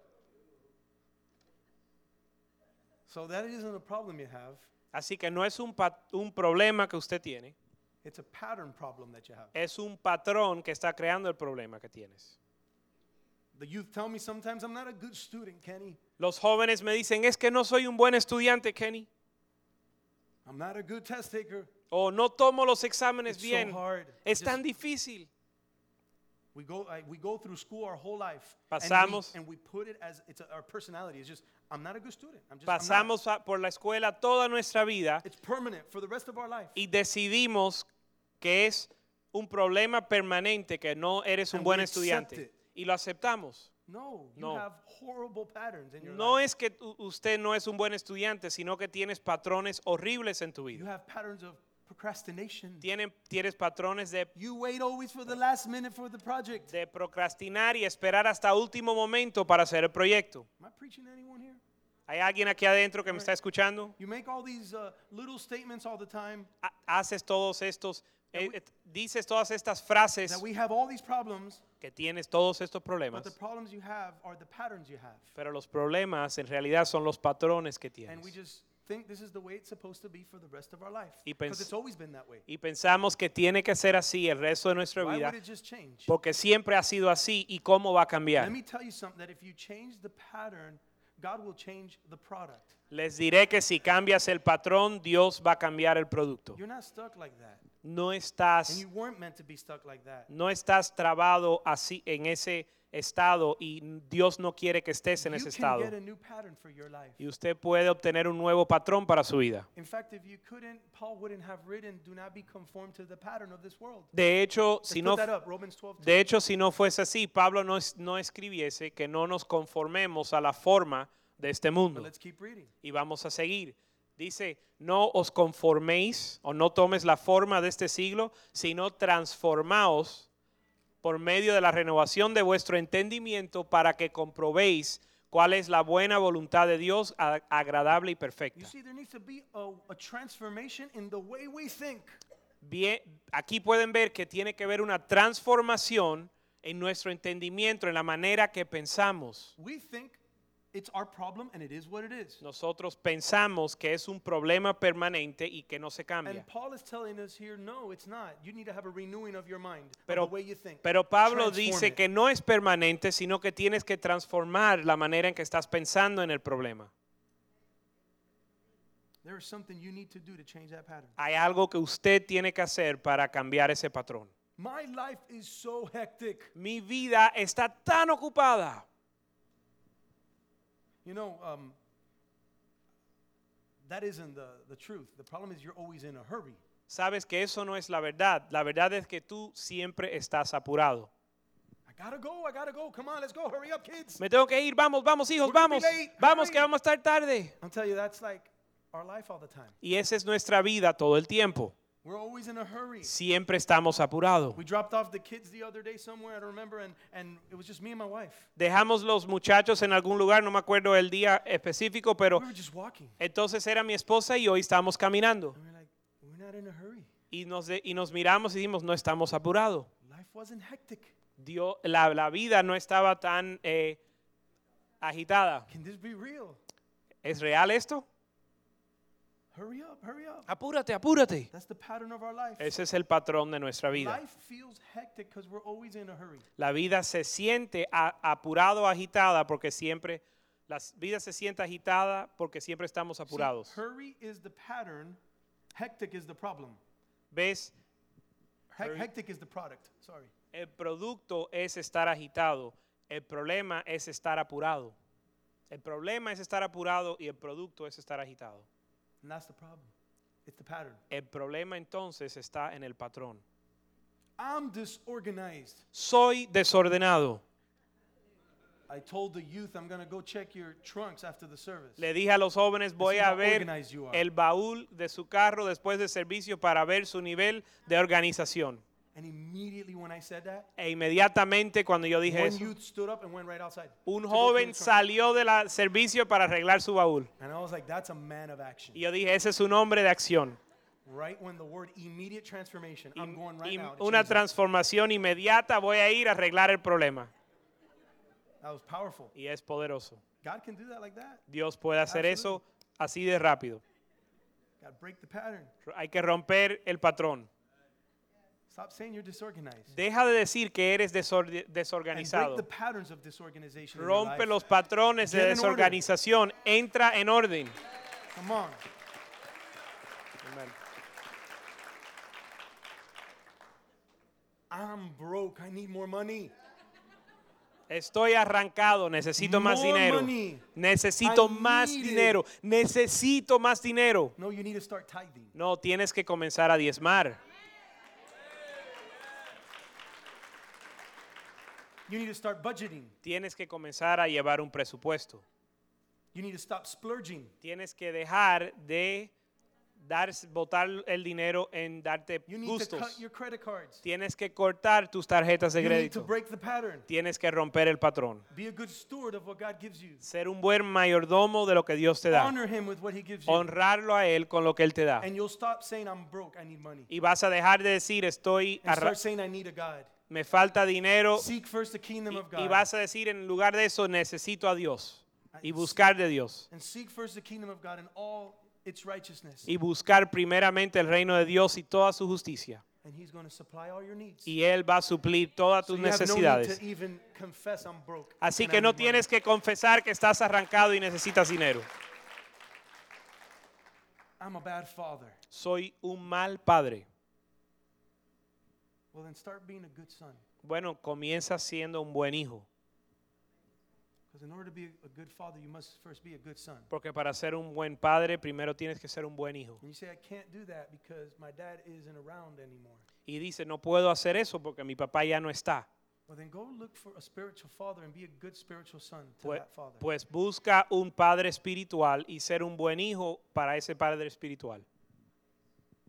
C: So that isn't a problem you have.
D: Así que no es un, pa- un problema que usted tiene.
C: It's a pattern problem that you have.
D: es un patrón que está creando el problema que tienes.
C: The youth tell me sometimes I'm not a good student, Kenny.
D: Los jóvenes me dicen, es que no soy un buen estudiante, Kenny,
C: I'm not a good test taker.
D: o no tomo los exámenes
C: It's so
D: bien,
C: hard.
D: es
C: Just-
D: tan difícil.
C: We go, I, we go through school our whole life.
D: Pasamos.
C: And we, and we put it as it's our personality. It's just, I'm not a good student. I'm just, I'm not.
D: Pasamos a- por la escuela toda nuestra vida
C: It's permanent for the rest of our life.
D: y decidimos que es un problema permanente que no eres un
C: And
D: buen
C: we accept
D: estudiante.
C: it.
D: Y lo aceptamos.
C: No, you
D: No.
C: have horrible patterns in your
D: No
C: life.
D: es que tú- usted no es un buen estudiante, sino que tienes patrones horribles en tu
C: You
D: vida.
C: have patterns of procrastination.
D: Tienen- tienes patrones de,
C: You wait always for the last minute for the project.
D: de procrastinar y esperar hasta último momento para hacer el proyecto.
C: Am I preaching to anyone here?
D: ¿Hay alguien aquí adentro que me está escuchando?
C: You make all these uh, little statements all the time
D: Ha- Haces todos estos, eh, eh, dices todas estas frases
C: that we have all these problems,
D: que tienes todos estos
C: but the
D: problemas,
C: problems you have are the patterns you have.
D: pero los problemas en realidad son los patrones que
C: And we
D: tienes.
C: just think this is the way it's supposed to be for the rest of our life.
D: Y
C: Because
D: pens-
C: it's always been that way.
D: Y pensamos que tiene que ser así el resto de nuestra
C: Why
D: vida,
C: would it just change?
D: porque siempre ha sido así y cómo va a cambiar.
C: Let me tell you something that if you change the pattern, God will change the product.
D: Les diré que si cambias el patrón, Dios va a cambiar el producto.
C: You're not stuck like that.
D: No
C: And
D: estás,
C: you weren't meant to be stuck like that.
D: no estás trabado así en ese estado y Dios no quiere que estés en
C: you
D: ese
C: can
D: estado.
C: get a new pattern for your life.
D: Y usted puede obtener un nuevo patrón para su vida.
C: In fact, if you couldn't, Paul wouldn't have written, "Do not be conformed to the pattern of this world."
D: De hecho,
C: Let's
D: si
C: put
D: no,
C: that up, Romans 12.
D: de hecho, si no fuese así, Pablo no, es- no escribiese que no nos conformemos a la forma de este
C: But
D: mundo.
C: let's keep reading.
D: Y vamos a seguir. Dice, no os conforméis o no tomes la forma de este siglo, sino transformaos por medio de la renovación de vuestro entendimiento para que comprobéis cuál es la buena voluntad de Dios a- agradable y
C: You
D: perfecta.
C: see, there needs to be a, a transformation in the way we think.
D: Bien, aquí pueden ver que tiene que ver una transformación en nuestro entendimiento, en la manera que pensamos.
C: We think it's our problem, and it is what it is.
D: Nosotros pensamos que es un problema permanente y que no se cambia.
C: And Paul is telling us here, no, it's not. You need to have a renewing of your mind,
D: Pero,
C: of the way you think.
D: pero Pablo
C: Transform
D: dice
C: it.
D: que no es permanente, sino que tienes que transformar la manera en que estás pensando en el problema.
C: there is something you need to do to change that pattern.
D: Hay algo que usted tiene que hacer para cambiar ese patrón.
C: My life is so hectic.
D: Mi vida está tan ocupada.
C: You know, um, that isn't the, the truth. The problem is you're always in a hurry.
D: Sabes que eso no es la verdad. La verdad es que tú siempre estás apurado.
C: I gotta go, I gotta go. Come on, let's go. Hurry up, kids.
D: Me tengo que ir, vamos, vamos hijos,
C: We're gonna be
D: vamos.
C: late,
D: Vamos
C: hurry.
D: que vamos a estar tarde.
C: I'll tell you, that's like our life all the time.
D: Y esa es nuestra vida todo el tiempo.
C: We're always in a hurry.
D: Siempre estamos apurados.
C: We dropped off the kids the other day somewhere, I don't remember, and, and it was just me and my wife.
D: Dejamos los muchachos en algún lugar, no me acuerdo el día específico, pero
C: We were just walking.
D: entonces era mi esposa y hoy estamos caminando.
C: And we're like, we're not in a hurry.
D: Y nos, de- y nos miramos y dijimos, no estamos apurados.
C: Life wasn't hectic.
D: Dios, la, la vida no estaba tan eh, agitada.
C: Can this be real?
D: ¿Es real esto?
C: Hurry up, hurry up.
D: Apúrate, apúrate.
C: That's the pattern of our life.
D: Ese es el patrón de nuestra vida.
C: Life feels hectic because we're always in a hurry.
D: La vida se siente a- apurado, agitada, porque siempre, la s- vida se siente agitada porque siempre estamos
C: See,
D: apurados.
C: hurry is the pattern. Hectic is the problem.
D: ¿Ves?
C: Hec-
D: Hurry.
C: Hectic is the product. Sorry.
D: El producto es estar agitado. El problema es estar apurado. El problema es estar apurado y el producto es estar agitado.
C: And that's the problem. It's the pattern.
D: El problema entonces está en el patrón.
C: I'm disorganized.
D: Soy desordenado.
C: I told the youth I'm going to go check your trunks after the service.
D: Le dije a los jóvenes, voy
C: is
D: a
C: how
D: ver
C: organized you are.
D: el baúl de su carro después del servicio para ver su nivel de organización.
C: And immediately when I said that,
D: E inmediatamente cuando yo dije
C: one
D: eso,
C: youth stood up and went right outside.
D: un
C: to go clean
D: joven
C: his trunk.
D: salió del servicio para arreglar su baúl.
C: And I was like, that's a man of action.
D: Y yo dije, ese es un hombre de acción.
C: Right when the word immediate transformation, I'm going right
D: Y
C: now. to
D: una
C: change that.
D: transformación inmediata, voy a ir a arreglar el problema.
C: that was powerful.
D: Y es poderoso.
C: God can do that like that.
D: Dios puede hacer eso así de rápido.
C: Got to break the pattern.
D: Hay que romper el patrón.
C: Stop saying you're disorganized.
D: Deja de decir que eres desorde-
C: And break the
D: desorganizado.
C: patterns of disorganization. in your
D: Rompe
C: life.
D: los patrones de
C: Get in order.
D: desorganización. Entra en orden.
C: Come on. I'm broke. I need more money.
D: Estoy arrancado, necesito más
C: More
D: dinero.
C: money.
D: Necesito
C: I
D: más
C: need it.
D: dinero. Necesito más dinero.
C: No, you need to start tithing.
D: No, tienes que comenzar a diezmar.
C: You need to start budgeting.
D: Tienes que comenzar a llevar un presupuesto.
C: You need to stop splurging.
D: Tienes que dejar de dar, botar el dinero en darte
C: You need to cut
D: gustos.
C: your credit cards.
D: Tienes que cortar tus tarjetas de
C: You need to
D: crédito.
C: break the pattern.
D: Tienes que romper el patrón.
C: Be a good steward of what God gives you.
D: Ser un buen mayordomo de lo que Dios te da.
C: Honor Him with what He gives you.
D: Honrarlo a Él con lo que Él te da.
C: And you'll stop saying, I'm broke, I need money.
D: Y vas a dejar de decir, estoy,
C: And
D: arra-
C: start saying, I need a God.
D: me falta dinero.
C: Seek first the kingdom of
D: Oh. Y, y
C: God.
D: vas a decir, en lugar de eso, necesito a Dios. Y buscar de Dios.
C: And seek first the kingdom of God and all its righteousness.
D: Y buscar primeramente el reino de Dios y toda su justicia.
C: And He's going to supply all your needs.
D: Y Él va a suplir todas
C: So
D: tus
C: you have no need
D: necesidades.
C: to even confess I'm broke.
D: Así
C: and
D: que
C: I
D: no
C: need money.
D: tienes que confesar que estás arrancado y necesitas dinero.
C: I'm a bad father.
D: Soy un mal padre.
C: Well, then start being a good son.
D: Bueno, comienza siendo un buen hijo.
C: Because in order to be a good father, you must first be a good son.
D: Porque para ser un buen padre, primero tienes que ser un buen hijo.
C: And you say, I can't do that because my dad isn't around anymore.
D: Y dice, no puedo hacer eso porque mi papá ya no está.
C: Well, then go look for a spiritual father and be a good spiritual son to
D: Pues,
C: that father.
D: pues busca un padre espiritual y ser un buen hijo para ese padre espiritual.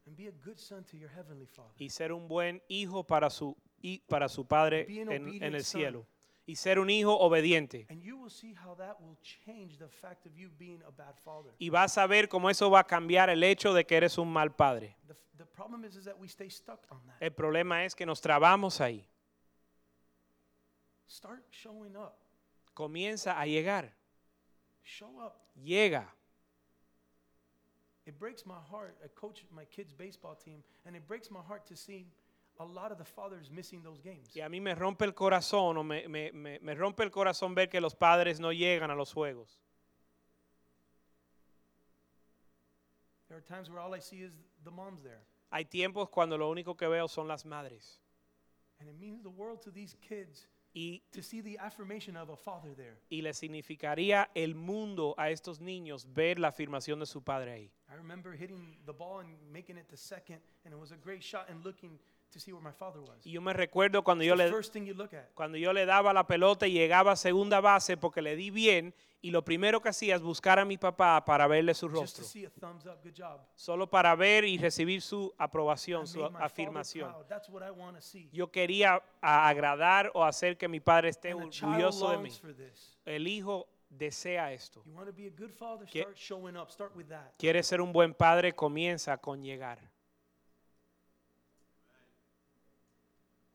C: and be a good son to your heavenly father.
D: Y ser un buen hijo para su, y para su padre
C: Be an
D: en, en
C: obedient
D: el
C: son.
D: cielo. Y ser un hijo obediente.
C: and you will see how that will change the fact of you being a bad father.
D: Y vas a ver cómo eso va a cambiar el hecho de que eres un mal padre.
C: The, f- the problem is, is that we stay stuck on that.
D: El problema es que nos trabamos ahí.
C: Start showing up.
D: Comienza a llegar.
C: Show up.
D: Llega.
C: It breaks my heart. I coach my kids' baseball team, and it breaks my heart to see a lot of the fathers missing those games.
D: Y a mí me rompe el corazón o me, me- me- me rompe el corazón ver que los padres no llegan a los juegos.
C: There are times where all I see is the moms there,
D: Hay tiempos cuando lo único que veo son las madres.
C: and it means the world to these kids
D: Y,
C: to see the affirmation of a father there.
D: y le significaría el mundo a estos niños ver la afirmación de su padre ahí.
C: I remember hitting the ball and making it to second, and it was a great shot, and looking to see where my father was.
D: Y yo me recuerdo cuando
C: It's
D: yo
C: the
D: le...
C: first thing you look at.
D: Cuando yo le daba la pelota y llegaba a segunda base porque le di bien y lo primero que hacía es buscar a mi papá para verle su
C: Just to
D: rostro.
C: see a thumbs up, good job.
D: Solo para ver y recibir su
C: I
D: aprobación,
C: made
D: su
C: my father
D: afirmación.
C: proud. That's what I want to see.
D: Yo quería a- agradar o hacer que mi padre esté
C: And a child
D: orgulloso de mí.
C: longs for this.
D: El hijo desea esto.
C: You want to be a good father?
D: Que-
C: Start showing up. Start with that.
D: Quiere ser un buen padre, comienza con llegar.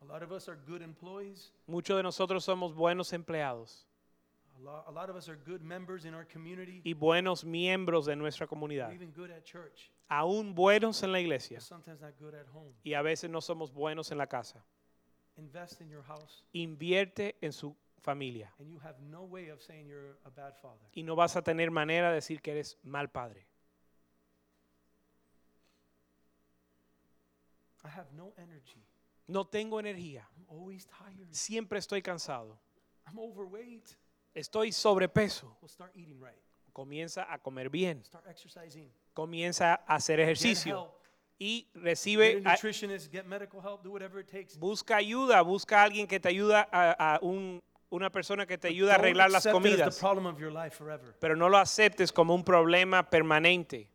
C: A lot of us are good employees.
D: Muchos de nosotros somos buenos empleados
C: A lot, a lot of us are good members in our community.
D: y buenos miembros de nuestra
C: We're
D: comunidad.
C: even good at church,
D: Aún buenos en la iglesia
C: but sometimes not good at home.
D: y a veces no somos buenos en la casa.
C: Invest in your house,
D: Invierte en su familia
C: and you have no way of saying you're a bad father.
D: y no vas a tener manera de decir que eres mal padre.
C: I have no energy.
D: No tengo energía,
C: I'm always tired.
D: siempre estoy cansado,
C: I'm overweight.
D: estoy sobrepeso.
C: Well, start eating right.
D: Comienza a comer bien,
C: Start exercising.
D: comienza a hacer
C: Get
D: ejercicio
C: help.
D: y
C: Get
D: recibe
C: a
D: a-
C: nutritionist. Get medical help. Do whatever it takes.
D: Busca ayuda, busca a alguien que te ayuda a, a un- una persona que te ayuda a
C: Don't
D: arreglar las
C: accept it as
D: comidas,
C: the problem of your life forever.
D: pero no lo aceptes como un problema permanente.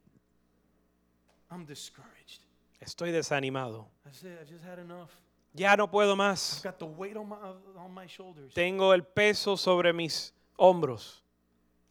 C: I'm discouraged.
D: Estoy desanimado.
C: I said I've just had enough.
D: Ya no puedo
C: I've
D: más.
C: got the weight on my on my shoulders.
D: Tengo el peso sobre mis hombros.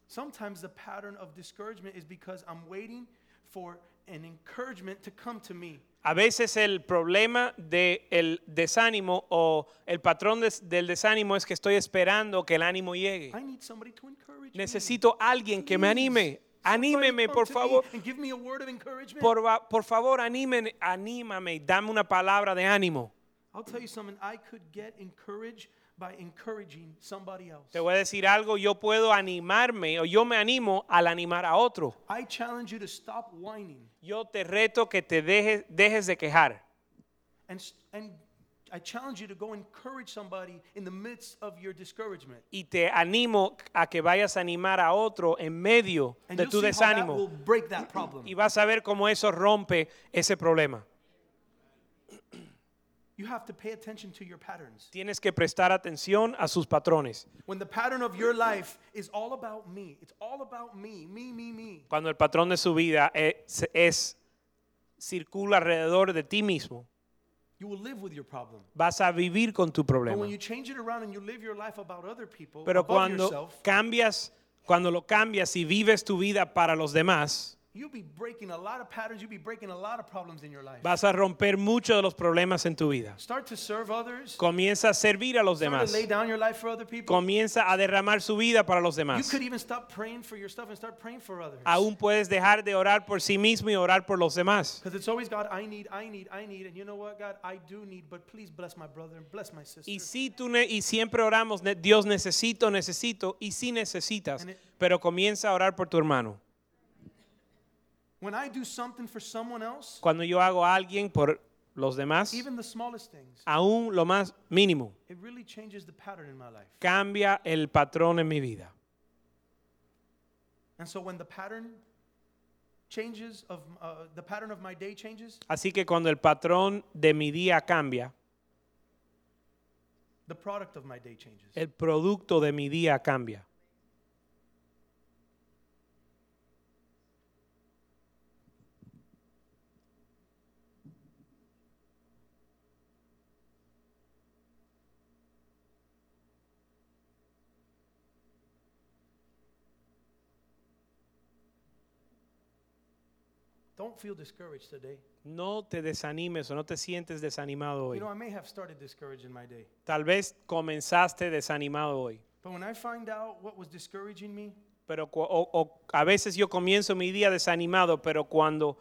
C: Sometimes the pattern of discouragement is because I'm waiting for an encouragement to come to me.
D: A veces el problema del desánimo o el patrón des- del desánimo es que estoy esperando que el ánimo llegue.
C: I need somebody to encourage me.
D: Necesito alguien que me
C: Please,
D: anime.
C: somebody
D: Anímeme,
C: come
D: por
C: to me
D: favor.
C: And give me a word of encouragement.
D: Por, va- por favor, anímeme, anímame, dame una palabra de ánimo.
C: I'll tell you something. I could get encouraged by encouraging somebody else.
D: Te voy a decir algo, yo puedo animarme o yo me animo al animar a otro.
C: I challenge you to stop whining
D: Yo te reto que te dejes, dejes de quejar.
C: and s- and I challenge you to go encourage somebody in the midst of your discouragement.
D: Y te animo a que vayas a animar a otro en medio
C: And
D: de
C: you'll
D: tu
C: see how that will
D: desánimo.
C: break that problem.
D: Y vas a ver cómo eso rompe ese problema.
C: you have to pay attention to your patterns.
D: Tienes que prestar atención a sus patrones.
C: When the pattern of your life is all about me, it's all about me, me, me, me,
D: Cuando el patrón de su vida es, es- circula alrededor de ti mismo,
C: you will live with your problem.
D: vas a vivir con tu
C: But
D: problema.
C: when you change it around and you live your life about other people,
D: Pero
C: above
D: cuando
C: yourself,
D: cambias, cuando lo cambias y vives tu vida para los demás,
C: you'll be breaking a lot of patterns, you'll be breaking a lot of problems in your life.
D: vas a romper muchos de los problemas en tu vida.
C: Start to serve others.
D: Comienza a servir a los
C: Start
D: demás.
C: to lay down your life for other people.
D: Comienza a derramar su vida para los
C: You
D: demás.
C: could even stop praying for your stuff and start praying for others.
D: Aún puedes dejar de orar por sí mismo y orar por los demás.
C: Because it's always God, I need, I need, I need. And you know what, God, I do need, but please bless my brother and bless my sister.
D: Y si tú ne- y siempre oramos, ne- Dios necesito, necesito, y si necesitas,
C: And it-
D: pero comienza a orar por tu hermano.
C: When I do something for someone else,
D: Cuando yo hago a alguien por los demás,
C: even the smallest things,
D: aún lo más mínimo,
C: it really changes the pattern in my life.
D: cambia el patrón en mi vida.
C: And so when the pattern changes of uh, the pattern of my day changes,
D: Así que cuando el patrón de mi día cambia,
C: the product of my day changes.
D: el producto de mi día cambia.
C: Don't feel discouraged today.
D: No te desanimes o no te sientes desanimado
C: You
D: hoy.
C: know, I may have started discouraged in my day,
D: Tal vez comenzaste desanimado hoy,
C: but when I find out what was discouraging me,
D: pero cu- o- o a veces yo comienzo mi día desanimado, pero cuando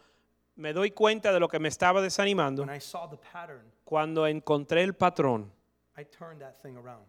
D: me doy cuenta de lo que me estaba desanimando,
C: when I saw the pattern,
D: cuando encontré el patrón,
C: I turned that thing around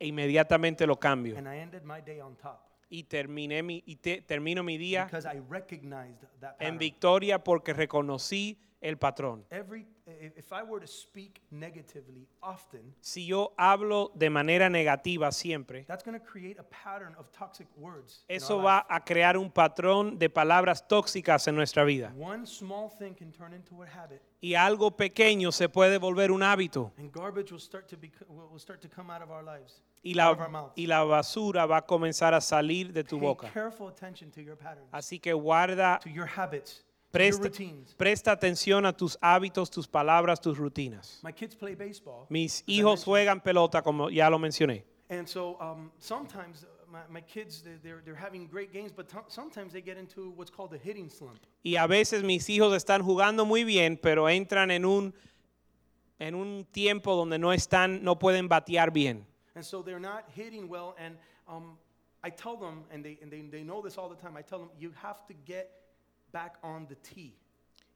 D: inmediatamente lo cambio
C: and I ended my day on top
D: y terminé mi y te- termino mi día
C: because I recognized that
D: en
C: pattern.
D: victoria porque reconocí el patrón.
C: Every i- if I were to speak negatively often,
D: Si yo hablo de manera negativa siempre,
C: that's going to create a pattern of toxic words. in our
D: eso
C: life.
D: va a crear un patrón de palabras tóxicas en nuestra vida.
C: One small thing can turn into a habit,
D: Y algo pequeño se puede volver un hábito
C: and garbage will start to be will will start to come out of our lives.
D: y
C: out of our
D: la,
C: mouths.
D: y la basura va a comenzar a salir de tu
C: Pay
D: boca.
C: careful attention to your patterns,
D: Así que guarda,
C: to your habits, to your
D: presta,
C: routines.
D: presta atención a tus hábitos, tus palabras, tus rutinas.
C: My kids play baseball,
D: Mis
C: I
D: hijos
C: mentioned.
D: juegan pelota, como ya lo mencioné.
C: and so um, sometimes uh, my, my kids they- they're they're having great games, but to- sometimes they get into what's called a hitting slump.
D: Y a veces mis hijos están jugando muy bien, pero entran en un, en un tiempo donde no están, no pueden batear bien.
C: And so they're not hitting well. And um, I tell them, and, they, and they, they know this all the time, I tell them, you have to get back on the tee,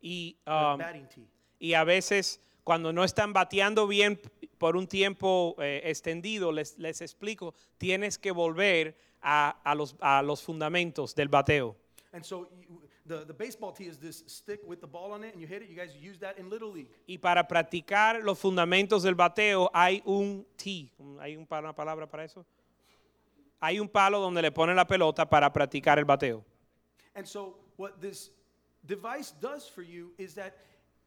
D: Y,
C: the
D: um,
C: batting tee.
D: y a veces cuando no están bateando bien por un tiempo eh, extendido, les, les explico, tienes que volver a, a los, a los fundamentos del bateo.
C: And so you, the, the baseball tee is this stick with the ball on it, and you hit it. You guys use that in Little League.
D: Y para practicar los fundamentos del bateo hay un tee, un- hay un pa- una palabra para eso. Hay un palo donde le ponen la pelota para practicar el bateo.
C: And so what this device does for you is that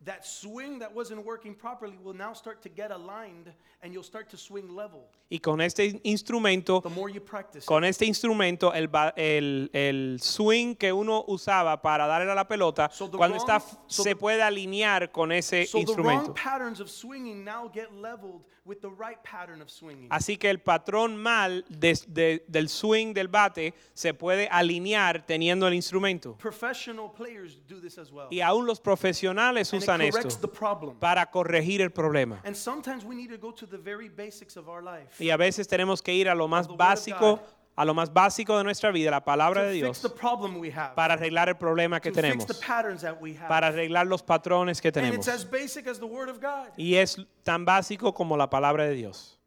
C: that swing that wasn't working properly will now start to get aligned, and you'll start to swing level
D: Y con este in- instrumento,
C: the more you practice. it.
D: con este instrumento, el, ba- el- el swing que uno usaba para darle a la pelota,
C: So the
D: cuando está,
C: wrong-
D: f-
C: so
D: se
C: the-
D: puede alinear con ese
C: So the wrong
D: instrumento.
C: patterns of swinging now get leveled with the right pattern of swinging.
D: Así que el patrón mal des- de- del swing del bate se puede alinear teniendo el instrumento.
C: Professional players do this as well.
D: Y aún los profesionales
C: and it
D: usan
C: corrects the
D: esto.
C: problem.
D: para corregir el problema.
C: And sometimes we need to go to the very basics of our life
D: Y a veces tenemos que ir a lo más
C: the word of
D: básico,
C: God.
D: a lo más básico de nuestra vida, la palabra de
C: to fix
D: Dios,
C: the problem we have,
D: para arreglar el problema que
C: to fix
D: tenemos,
C: the patterns that we have.
D: para arreglar los patrones que
C: and
D: tenemos.
C: it's as basic as the Word of God.
D: Y es tan básico como la palabra de Dios.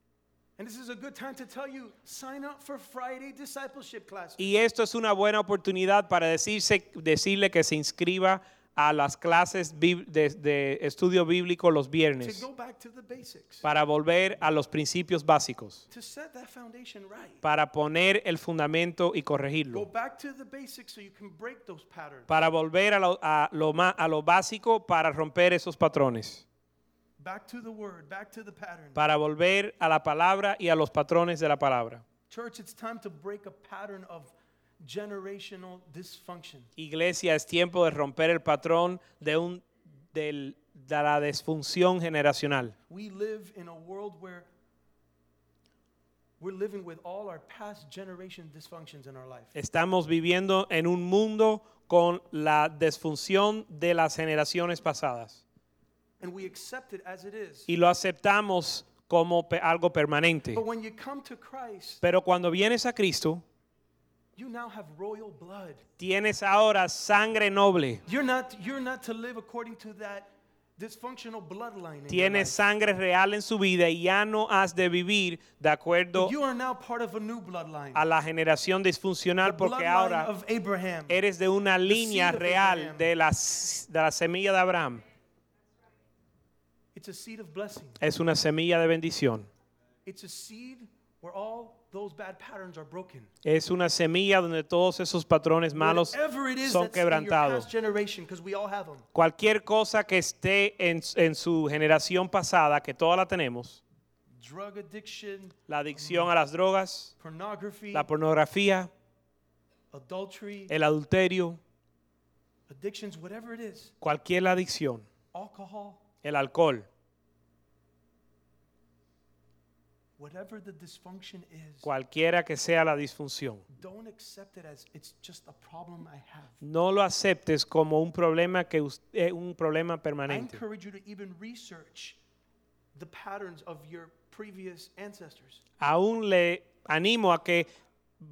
C: And this is a good time to tell you sign up for Friday discipleship class.
D: Y esto es una buena oportunidad para decirse, decirle que se inscriba a las clases bib- de, de estudio bíblico los
C: To
D: viernes,
C: go back to the basics,
D: para volver a los principios básicos,
C: to set that foundation right.
D: para poner el fundamento y
C: Go
D: corregirlo.
C: back to the basics so you can break those patterns.
D: para volver a lo, a lo ma- a lo básico para romper esos patrones.
C: back to the word, back to the pattern.
D: para volver a la palabra y a los patrones de la palabra.
C: Church, it's time to break a pattern of generational dysfunction.
D: Iglesia, es tiempo de romper el patrón de, un, del- de la disfunción generacional.
C: We live in a world where we're living with all our past generation dysfunctions in our life.
D: Estamos viviendo en un mundo con la disfunción de las generaciones pasadas
C: And we accept it as it is.
D: y lo aceptamos como pe- algo permanente.
C: But when you come to Christ,
D: Pero cuando vienes a Cristo,
C: you now have royal blood.
D: tienes ahora sangre noble,
C: You're not, you're not to live according to that dysfunctional bloodline. in your
D: tienes sangre real en su vida y ya no has de vivir de acuerdo
C: life. You are now part of a new bloodline.
D: a la generación
C: The
D: disfuncional porque
C: bloodline
D: ahora
C: of Abraham.
D: eres de una línea
C: seed of
D: real
C: Abraham.
D: de la, s- de la semilla de Abraham.
C: It's a seed of blessing.
D: Es una semilla de bendición.
C: It's a seed where all those bad patterns are broken.
D: Es una semilla donde todos esos patrones malos
C: Whatever it is
D: son
C: that's in your
D: quebrantados.
C: past generation, because we all have them.
D: Cualquier cosa que esté en, en su generación pasada, que toda la tenemos,
C: Drug addiction,
D: la adicción a las drogas,
C: pornography,
D: la pornografía,
C: adultery,
D: el adulterio,
C: addictions, whatever it is,
D: cualquier adicción,
C: alcohol,
D: el alcohol,
C: whatever the dysfunction is,
D: cualquiera que sea la disfunción.
C: don't accept it as it's just a problem I have.
D: No lo aceptes como un problema que us- eh, un problema
C: I
D: permanente.
C: encourage you to even research the patterns of your previous ancestors.
D: Aún le animo a que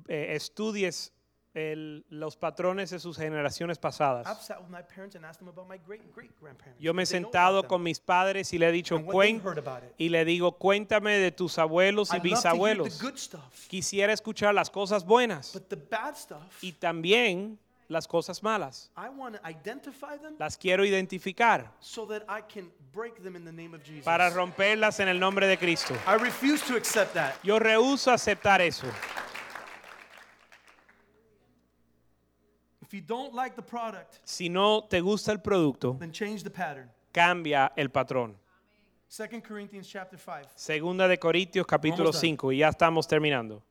D: eh, estudies el- los patrones de sus generaciones
C: I've
D: pasadas.
C: sat with my parents and asked them about my great great grandparents.
D: Yo me he sentado con mis padres y le he dicho
C: And what they
D: "Cuen-
C: heard about it."
D: y le digo cuéntame de tus abuelos y
C: The
D: bisabuelos.
C: good stuff,
D: Quisiera escuchar las cosas buenas
C: but the bad stuff,
D: y también las cosas malas.
C: I want to identify them
D: Las quiero identificar
C: so that I can break them in the name of Jesus.
D: para romperlas en el nombre de Cristo.
C: I refuse to accept that.
D: Yo rehúso aceptar eso.
C: If you don't like the product,
D: Si no te gusta el producto,
C: then change the pattern.
D: cambia el patrón.
C: 2 Corinthians chapter 5.
D: Segunda de Corintios capítulo
C: Vamos a-
D: 5 y ya estamos terminando.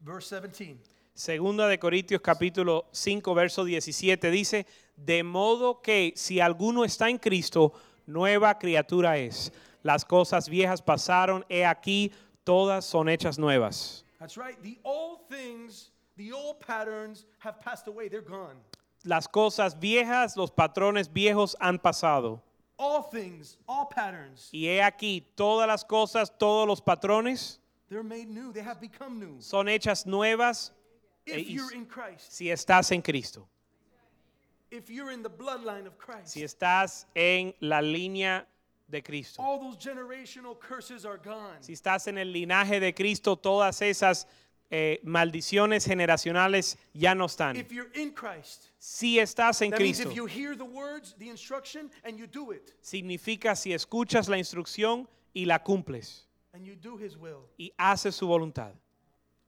C: Verse 17.
D: Segunda de Corintios capítulo 5 verso 17 dice, de modo que si alguno está en Cristo, nueva criatura es. Las cosas viejas pasaron, he aquí, todas son hechas nuevas.
C: That's right. The old things, the old patterns have passed away. They're gone.
D: Las cosas viejas, los patrones viejos han pasado.
C: All things, all patterns,
D: Y he aquí, todas las cosas, todos los patrones
C: they're made new. They have become new.
D: son hechas nuevas eh,
C: If
D: y-
C: you're in Christ,
D: si estás en Cristo.
C: if you're in the bloodline of Christ,
D: si estás en la línea de Cristo.
C: all those generational curses are gone.
D: Si estás en el linaje de Cristo, todas esas eh, maldiciones generacionales ya no están.
C: If you're in Christ,
D: Si estás en
C: that means
D: Cristo,
C: if you hear the words, the instruction, and you do it,
D: significa si escuchas la instrucción y la cumples
C: and you do His will,
D: y haces su voluntad.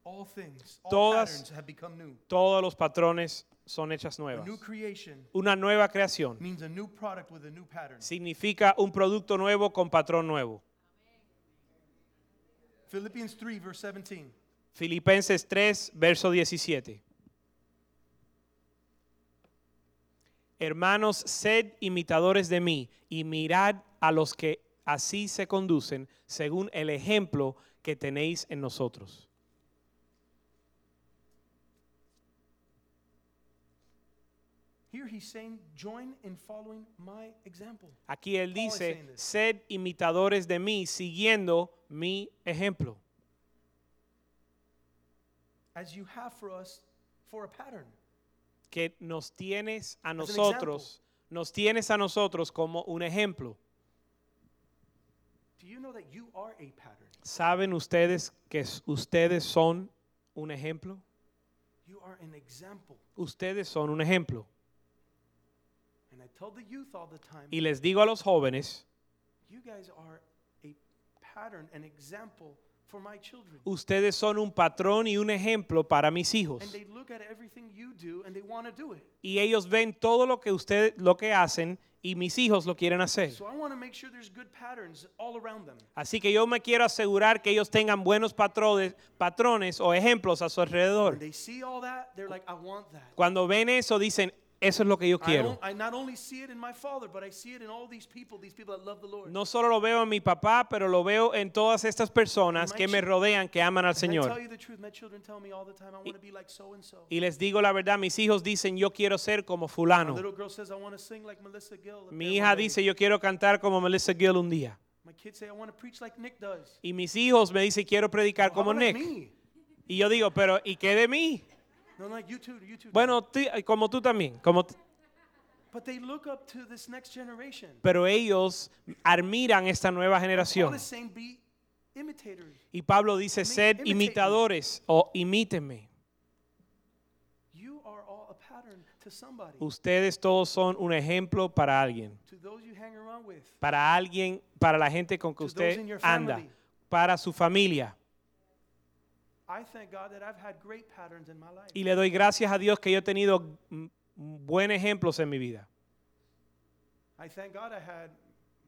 C: all things, all
D: Todas-
C: patterns have become new.
D: Todos los patrones son hechas
C: A
D: nuevas.
C: new creation
D: Una nueva creación
C: means a new product with a new pattern.
D: significa un producto nuevo con patrón nuevo.
C: Philippians 3, verse 17.
D: Filipenses 3, verso 17. Hermanos, sed imitadores de mí y mirad a los que así se conducen según el ejemplo que tenéis en nosotros.
C: Here he's saying, join in following my example.
D: Aquí él
C: Paul is
D: dice,
C: saying this.
D: sed imitadores de mí siguiendo mi ejemplo,
C: As you have for us for a pattern.
D: que nos tienes a
C: an
D: nosotros, nos tienes a nosotros como un ejemplo.
C: Do you know that you are a pattern?
D: ¿Saben ustedes que s- ustedes son un ejemplo?
C: You are an example.
D: ustedes son un ejemplo.
C: And I tell the youth all the time,
D: Y les digo a los jóvenes,
C: you guys are a pattern, an example for my children.
D: Ustedes son un patrón y un ejemplo para mis hijos.
C: And they look at everything you do and they want to do it.
D: Y ellos ven todo lo que ustedes lo que hacen y mis hijos lo quieren hacer.
C: So I want to make sure there's good patterns all around them.
D: Así que yo me quiero asegurar que ellos tengan buenos patrones, patrones o ejemplos a su alrededor.
C: When they see all that, they're like, I want that.
D: Cuando ven eso dicen, eso es lo que yo
C: I, don't-
D: quiero.
C: I not only see it in my father, but I see it in all these people, these people that love the Lord.
D: No solo lo veo en mi papá, pero lo veo en todas estas personas que me rodean, que aman al
C: And I tell
D: Señor.
C: you the truth, my children tell me all the time, I want to be like so and so.
D: Y les digo la verdad, mis hijos dicen, yo quiero ser como
C: My
D: fulano.
C: little girl says, I want to sing like Melissa Gill. up there
D: Mi hija
C: one day.
D: dice, yo quiero cantar como Melissa Gill un día.
C: My kids say, I want to preach like Nick does.
D: Y mis hijos me dicen, quiero predicar
C: Well, how
D: como
C: about
D: Nick.
C: me?
D: Y yo digo, pero ¿y qué de mí?
C: No, like you too, you too.
D: Bueno, ti- eh, como tú también. Como t-
C: But they look up to this next generation.
D: pero ellos admiran esta nueva
C: Paul
D: generación.
C: is saying, be imitators.
D: Y Pablo dice, sed
C: imitate me."
D: imitadores o imítenme.
C: You are all a pattern to somebody.
D: Ustedes todos son un ejemplo para alguien.
C: To those you hang around with.
D: Para alguien, para la gente con que
C: To those in
D: usted
C: your
D: anda.
C: family.
D: Para su familia.
C: I thank God that I've had great patterns in my life.
D: Y le doy gracias a Dios que yo he tenido mm, buenos ejemplos en mi vida.
C: I thank God I had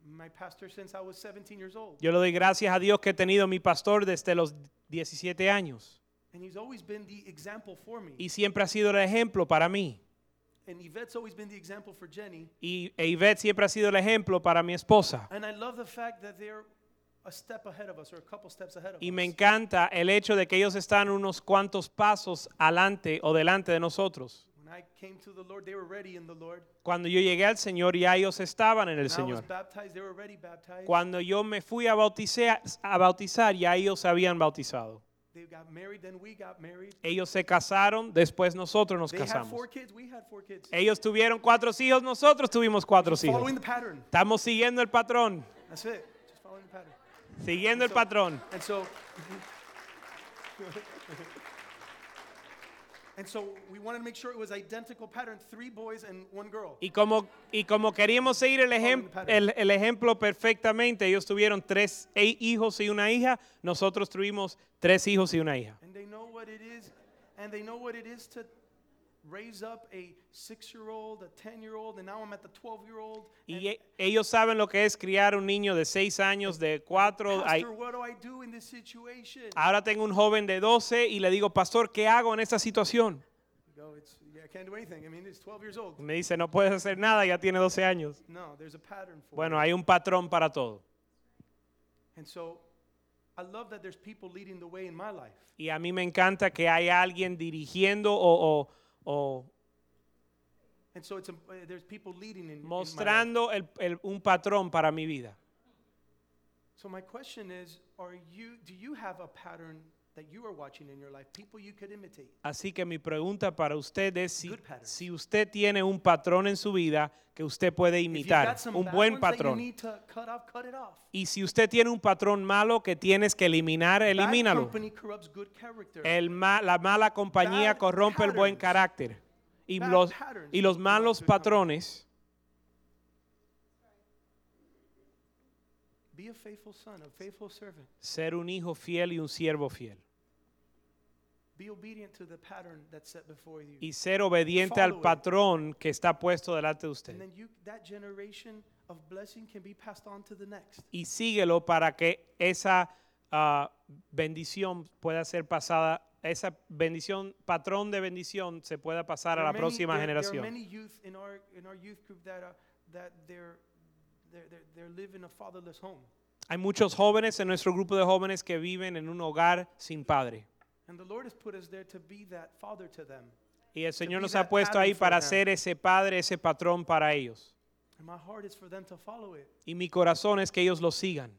C: my pastor since I was 17 years old.
D: Yo le doy gracias a Dios que he tenido mi pastor desde los 17 años.
C: And he's always been the example for me.
D: Y siempre ha sido el ejemplo para mí.
C: And Yvette's always been the example for Jenny.
D: Y e Ivette siempre ha sido el ejemplo para mi esposa.
C: And I love the fact that they're a step ahead of us or a couple steps ahead of
D: Y
C: us.
D: me encanta el hecho de que ellos están unos cuantos pasos adelante o delante de nosotros.
C: When I came to the Lord, they were ready in the Lord.
D: Cuando yo llegué al Señor, ya ellos estaban en
C: When I
D: el
C: was
D: Señor.
C: baptized, they were already baptized.
D: Cuando yo me fui a bautizar, a bautizar, ya ellos se habían bautizado.
C: They got married, then we got married.
D: Ellos se casaron, después nosotros nos
C: They had
D: casamos.
C: four kids, we had four kids.
D: Ellos tuvieron cuatro hijos, nosotros tuvimos cuatro hijos.
C: Following the pattern.
D: Estamos siguiendo el patrón,
C: That's it. Just following the pattern.
D: siguiendo el patrón.
C: And so And so we wanted to make sure it was identical pattern, three boys and one girl.
D: Y como, y como queríamos seguir el, ejem- el- el ejemplo perfectamente, ellos tuvieron tres e- hijos y una hija, nosotros tuvimos tres hijos y una hija.
C: And they know what it is and they know what it is to raise up a 6-year-old, a 10-year-old, and now I'm at the 12-year-old. And
D: Y e- ellos saben lo que es criar un niño de seis años, de cuatro. a-
C: Pastor, what do I do in this situation?
D: ahora tengo un joven de 12 y le digo, pastor, ¿qué hago en esta situación?
C: You go, it's, yeah, I can't do anything. I mean, it's 12 years old.
D: Y me dice, no puedes hacer nada, ya tiene 12 años.
C: No, there's a pattern for
D: Bueno,
C: it.
D: hay un patrón para todo.
C: And so I love that there's people leading the way in my life.
D: Y a mí me encanta que haya alguien dirigiendo o, o- o
C: And so it's imp- uh, there's people leading in in my life.
D: mostrando el- el- un patrón para mi vida.
C: So my question is, are you do you have a pattern that you are watching in your life? People you could imitate.
D: Así que mi pregunta para usted es si,
C: Good patterns.
D: si usted tiene un patrón en su vida que usted puede
C: If you've
D: imitar,
C: got some
D: un
C: bad
D: buen
C: ones that you
D: patrón.
C: need to cut off, cut it off.
D: Y si usted tiene un patrón malo que tienes que eliminar,
C: Bad
D: elimínalo.
C: company corrupts good character.
D: El ma- la mala compañía
C: Bad
D: corrompe el buen
C: patterns.
D: carácter. Y
C: Bad
D: los,
C: patterns
D: y los
C: corrupt
D: malos
C: good company.
D: patrones,
C: Be a faithful son, a faithful servant.
D: ser un hijo fiel y un siervo fiel.
C: Be obedient to the pattern that's set before you.
D: Y ser obediente
C: Follow
D: al
C: it.
D: patrón que está puesto delante de
C: and
D: usted.
C: then you that generation of blessing can be passed on to the next.
D: Y síguelo para que esa ah, bendición pueda ser pasada, esa bendición, patrón de bendición se pueda pasar
C: There
D: a
C: are
D: la
C: many-
D: próxima
C: there- There are
D: generación.
C: many youth in our, in our youth group that, uh, that they're, they're, they're, they're living a fatherless home.
D: Hay muchos jóvenes en nuestro grupo de jóvenes que viven en un hogar sin padre.
C: And the Lord has put us there to be that father to them.
D: Y el Señor
C: be
D: nos
C: that
D: ha puesto
C: pattern
D: ahí
C: for
D: para
C: them.
D: ser ese padre, ese patrón para ellos.
C: And my heart is for them to follow it.
D: Y mi corazón es que ellos lo sigan.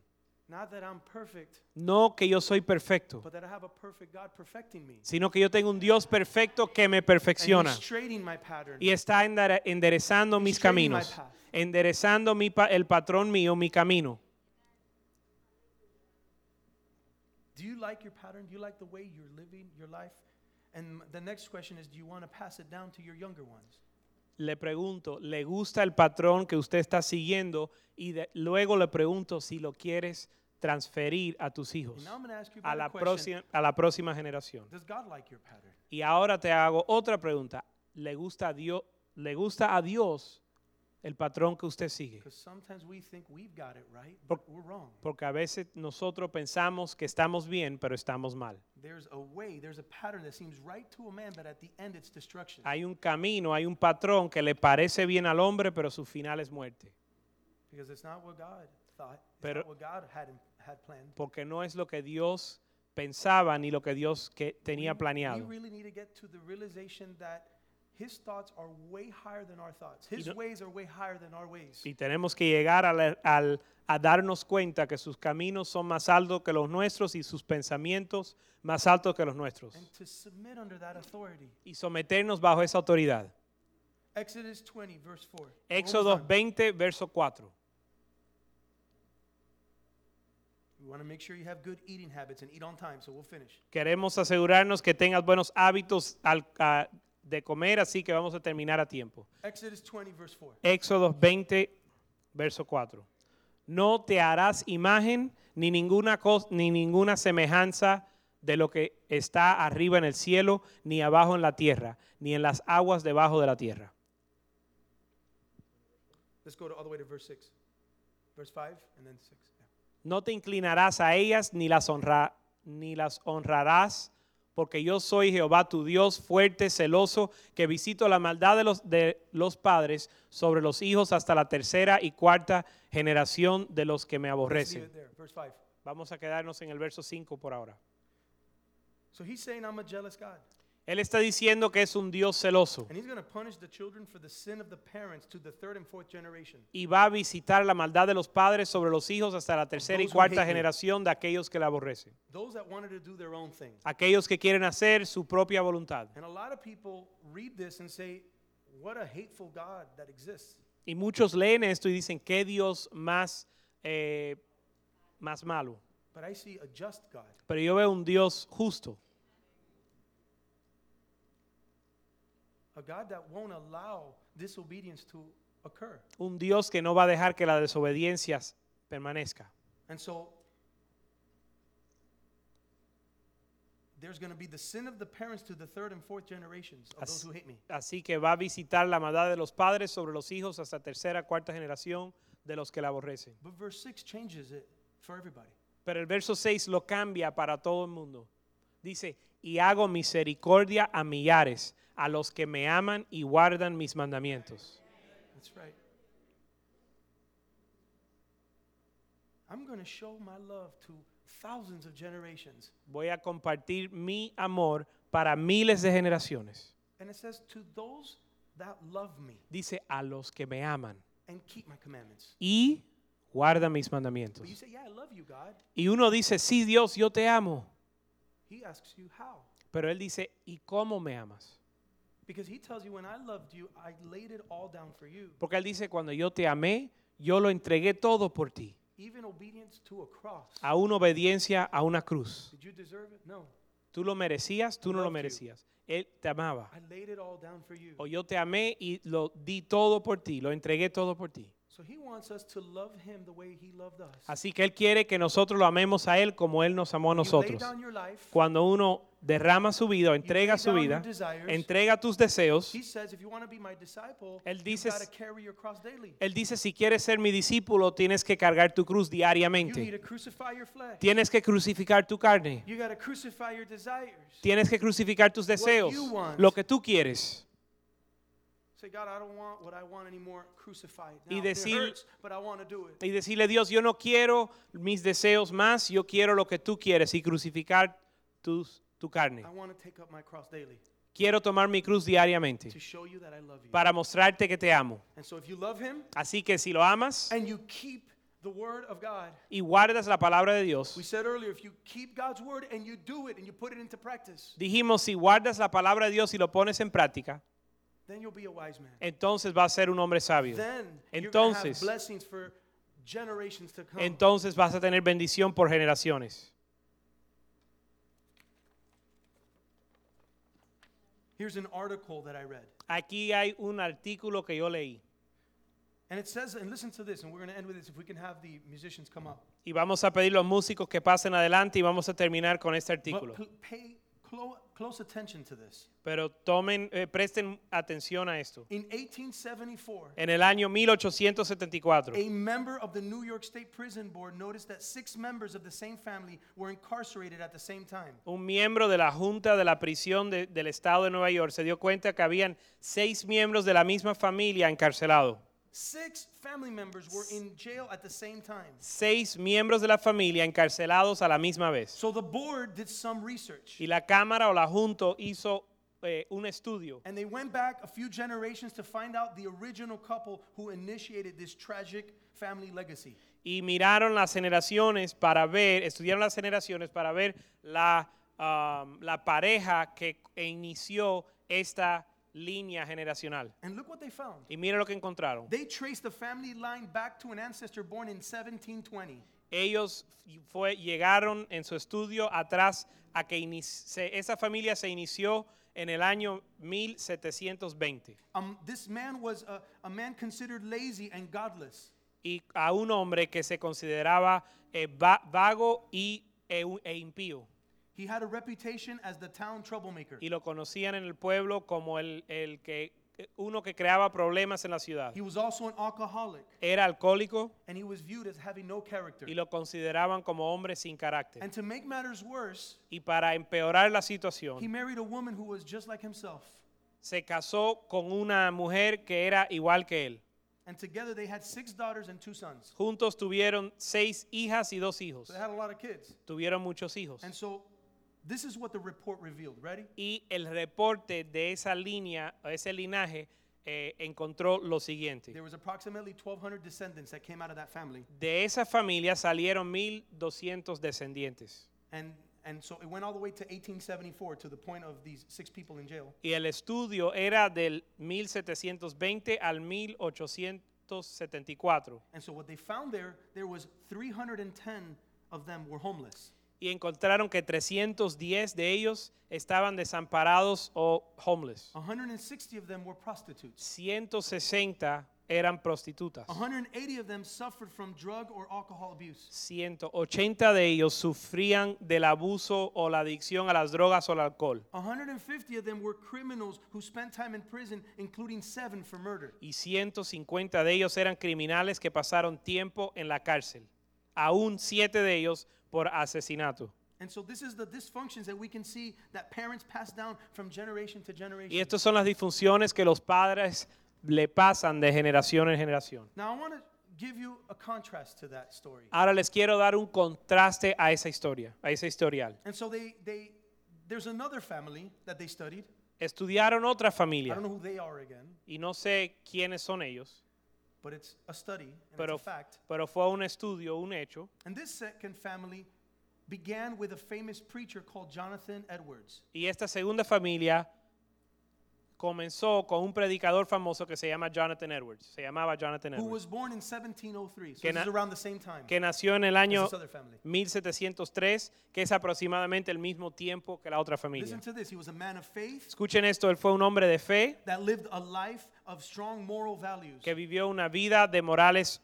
C: Not that I'm perfect,
D: No que yo soy perfecto,
C: but that I have a perfect God perfecting me.
D: sino que yo tengo un Dios perfecto que me
C: And
D: perfecciona.
C: he's straightening my pattern.
D: y está endere- enderezando mis
C: straightening my
D: caminos,
C: path.
D: enderezando mi pa- el patrón mío, mi camino.
C: Do you like your pattern? Do you like the way you're living your life? And the next question is, do you want to pass it down to your younger ones?
D: Le pregunto, ¿le gusta el patrón que usted está siguiendo? Y de- luego le pregunto si lo quieres transferir a tus hijos,
C: And now I'm going to ask you
D: a
C: a
D: la,
C: question.
D: próxima, a la próxima generación.
C: Does God like your pattern?
D: Y ahora te hago otra pregunta. ¿Le gusta a Dios, le gusta a Dios el patrón que usted sigue?
C: Because sometimes we think we've got it right,
D: Por-
C: but we're wrong.
D: Porque a veces nosotros pensamos que estamos bien, pero estamos mal.
C: There's a way, there's a pattern that seems right to a man, but at the end it's destruction.
D: Hay un camino, hay un patrón que le parece bien al hombre, pero su final es muerte.
C: Because it's not what God thought, it's
D: Pero-
C: not what God had, in- had planned.
D: Porque no es lo que Dios pensaba ni lo que Dios que tenía
C: We
D: planeado.
C: really need to get to the realization that his thoughts are way higher than our thoughts. His
D: no-
C: ways are way higher than our ways.
D: Y tenemos que llegar a, la- al- a darnos cuenta que sus caminos son más altos que los nuestros y sus pensamientos más altos que los nuestros.
C: And to submit under that authority.
D: Y someternos bajo esa autoridad.
C: Exodus 20, verse 4. We're almost
D: Éxodo
C: done.
D: 20, verso 4.
C: We want to make sure you have good eating habits and eat on time, so we'll finish.
D: Queremos asegurarnos que tengas buenos hábitos al- a- de comer, así que vamos a terminar a tiempo.
C: Exodus 20, verse 4.
D: Éxodo 20, verso 4. No te harás imagen ni ninguna cosa ni ninguna semejanza de lo que está arriba en el cielo, ni abajo en la tierra, ni en las aguas debajo de la tierra.
C: Let's go to, all the way to verse 6. Verse 5 and then 6. Yeah.
D: No te inclinarás a ellas ni las, honra- ni las honrarás, porque yo soy Jehová tu Dios fuerte, celoso, que visito la maldad de los, de los padres sobre los hijos hasta la tercera y cuarta generación de los que me
C: Let's leave
D: aborrecen.
C: it there. Verse 5.
D: Vamos a quedarnos en el verso 5 por ahora.
C: So he's saying, I'm a jealous God.
D: Él está diciendo que es un Dios celoso
C: And he's going to punish the children for the sin of the parents to the third and fourth generation.
D: y va a visitar la maldad de los padres sobre los hijos hasta la tercera y
C: Those who
D: cuarta
C: hate me.
D: generación de aquellos que la aborrecen,
C: Those that wanted to do their own thing.
D: aquellos que quieren hacer su propia voluntad.
C: And a lot of people read this and say, what a hateful God that exists.
D: Y muchos leen esto y dicen, ¿qué Dios más, eh, más malo?
C: But I see a just God.
D: Pero yo veo un Dios justo,
C: a God that won't allow disobedience to occur.
D: un Dios que no va a dejar que la desobediencia permanezca.
C: And so there's going to be the sin of the parents to the third and fourth generations of those
D: As-
C: who hate me.
D: Así que va a visitar la maldad de los padres sobre los hijos hasta tercera, cuarta generación de los que la aborrecen.
C: But verse 6 changes it for everybody.
D: Pero el verso 6 lo cambia para todo el mundo. Dice, y hago misericordia a millares, a los que me aman y guardan mis mandamientos.
C: That's right. I'm going to show my love to thousands of generations.
D: Voy a compartir mi amor para miles de generaciones.
C: And it says, to those that love me
D: Dice, a los que me aman
C: and keep my commandments.
D: y guardan mis
C: But you
D: mandamientos.
C: say, yeah, I love you, God.
D: Y uno dice, sí Dios, yo te amo.
C: He asks you how.
D: Pero él dice, ¿y cómo me amas?
C: Because he tells you, when I loved you, I laid it all down for you.
D: Porque él dice, cuando yo te amé, yo lo entregué todo por ti.
C: Even obedience to a cross.
D: A una obediencia, a una cruz.
C: Did you deserve it? No.
D: Tú lo merecías, tú no lo
C: Loved you.
D: merecías. Él te amaba.
C: I laid it all down for you.
D: O yo te amé y lo di todo por ti, lo entregué todo por ti.
C: So he wants us to love him the way he loved us.
D: Así que él quiere que nosotros lo amemos a él como él nos amó a
C: You lay
D: nosotros.
C: down your life.
D: Cuando uno derrama su vida, o entrega su
C: down your
D: vida,
C: desires.
D: entrega tus deseos,
C: He says, if you want to be my disciple,
D: Él
C: you've
D: dice-
C: got to carry your cross daily.
D: Él dice, si quieres ser mi discípulo, tienes que cargar tu cruz
C: You need to
D: diariamente.
C: crucify your flesh.
D: Tienes que crucificar tu carne.
C: You got to crucify your desires.
D: Tienes que crucificar tus deseos,
C: you want.
D: lo que tú quieres.
C: Say, God, I don't want what I want anymore. Crucify it.
D: Y
C: Now,
D: decir-
C: it hurts, but I want to do it.
D: Y decirle, Dios, yo no quiero mis deseos más, yo quiero lo que tú quieres y crucificar tus, tu carne.
C: I want to take up my cross daily
D: Quiero tomar mi cruz diariamente
C: to show you that I love you.
D: para mostrarte que te amo.
C: And so if you love him
D: Así que si lo amas
C: and you keep the word of God,
D: y guardas la palabra de
C: We
D: Dios,
C: said earlier, if you keep God's word and you do it and you put it into practice,
D: dijimos, si guardas la palabra de Dios y lo pones en práctica,
C: then you'll be a wise man.
D: entonces vas a ser un hombre sabio.
C: Then you're going to have
D: Entonces,
C: blessings for generations to come.
D: entonces vas a tener bendición por generaciones.
C: Here's an article that I read.
D: Aquí hay un artículo que yo leí.
C: And it says, and listen to this, and we're going to end with this if we can have the musicians come up.
D: Y vamos a pedir a los músicos que pasen adelante y vamos a terminar con este artículo.
C: But cl- pay clo- close attention to this.
D: Pero tomen, eh, presten atención a esto.
C: In 1874,
D: En el año 1874,
C: a member of the New York State Prison Board noticed that six members of the same family were incarcerated at the same time.
D: un miembro de la Junta de la Prisión de- del Estado de Nueva York se dio cuenta que habían seis miembros de la misma familia encarcelados.
C: Six family members were in jail at the same time.
D: Seis miembros de la familia encarcelados a la misma vez.
C: So the board did some research.
D: Y la Cámara o la Junta hizo eh, un estudio
C: And they went back a few generations to find out the original couple who initiated this tragic family legacy.
D: y miraron las generaciones para ver, estudiaron las generaciones para ver la, um, la pareja que inició esta línea generacional.
C: And look what they found.
D: Y mira lo que encontraron.
C: They traced the family line back to an ancestor born in 1720.
D: Ellos fue, llegaron en su estudio atrás a que ini- se- esa familia se inició en el año 1720.
C: Um, this man was a, a man considered lazy and godless.
D: Y a un hombre que se consideraba eh, va- vago y, e, u- e impío.
C: He had a reputation as the town troublemaker.
D: Y lo conocían en el pueblo como el, el que, uno que creaba problemas en la ciudad.
C: He was also an alcoholic,
D: Era alcohólico
C: and he was viewed as having no character.
D: y lo consideraban como hombre sin carácter.
C: And to make matters worse,
D: Y para empeorar la
C: he
D: situación,
C: married a woman who was just like himself.
D: se casó con una mujer que era igual que él.
C: And together they had six daughters and two sons.
D: Juntos tuvieron seis hijas y dos hijos.
C: So they had a lot of kids.
D: Tuvieron muchos hijos.
C: And so this is what the report revealed. Ready?
D: Y el reporte de esa línea, o ese linaje, eh, encontró lo siguiente.
C: There was approximately 1,200 descendants that came out of that family.
D: De esa familia salieron 1.200 descendientes.
C: And, and so it went all the way to 1874 to the point of these six people in jail.
D: Y el estudio era del 1720 al 1874.
C: And so what they found there, there was 310 of them were homeless.
D: Y encontraron que 310 de ellos estaban desamparados o homeless.
C: 160 of them were prostitutes.
D: 160 eran prostitutas.
C: 180 of them suffered from drug or alcohol abuse.
D: 180 de ellos sufrían del abuso o la adicción a las drogas o al alcohol.
C: 150 of them were criminals who spent time in prison, including seven for murder.
D: Y 150 de ellos eran criminales que pasaron tiempo en la cárcel. Aún 7 de ellos por asesinato.
C: And so this is the dysfunctions that we can see that parents pass down from generation to generation.
D: Y estas son las disfunciones que los padres le pasan de generación en generación.
C: Now I want to give you a contrast to that story.
D: Ahora les quiero dar un contraste a esa historia, a ese historial.
C: And so they, they there's another family that they studied.
D: Estudiaron otra
C: I
D: familia
C: don't know who they are again,
D: y no sé quiénes son ellos,
C: but it's a study and
D: pero,
C: it's a fact.
D: pero fue un estudio, un hecho.
C: And this second family began with a famous preacher called Jonathan Edwards.
D: Y esta segunda familia comenzó con un predicador famoso que se llama Jonathan Edwards. Se llamaba Jonathan
C: who
D: Edwards.
C: was born in 1703. So
D: Que
C: this is
D: na-
C: around the same time
D: Que nació en el
C: as
D: año
C: this other family.
D: 1703, que es aproximadamente el mismo tiempo que la otra
C: Listen
D: familia.
C: to this. He was a man of faith
D: Escuchen esto, él fue un hombre de fe
C: that lived a life of strong moral values.
D: que vivió una vida de morales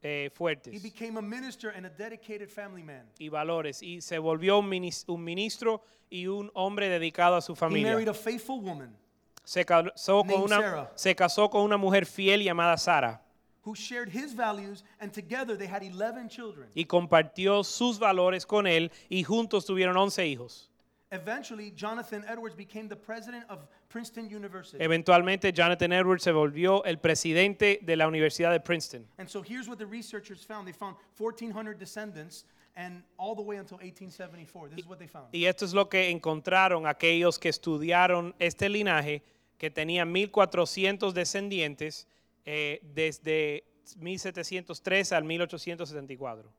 D: eh,
C: He
D: fuertes
C: became a minister and a dedicated family man.
D: y valores y se volvió un minis- un ministro y un hombre dedicado a su
C: He married
D: familia.
C: a faithful woman
D: Se casó con
C: named
D: una,
C: Sarah.
D: se casó con una mujer fiel llamada Sara.
C: who shared his values, and together they had 11 children.
D: y compartió sus valores con él y juntos tuvieron 11 hijos.
C: Eventually, Jonathan Edwards became the president of Princeton University.
D: Eventualmente Jonathan Edwards se volvió el presidente de la Universidad de Princeton.
C: And so here's what the researchers found. They found 1,400 descendants, and all the way until 1874. This is what they found.
D: Y esto es lo que encontraron aquellos que estudiaron este linaje, que tenían 1.400 descendientes eh, desde 1703 al 1874.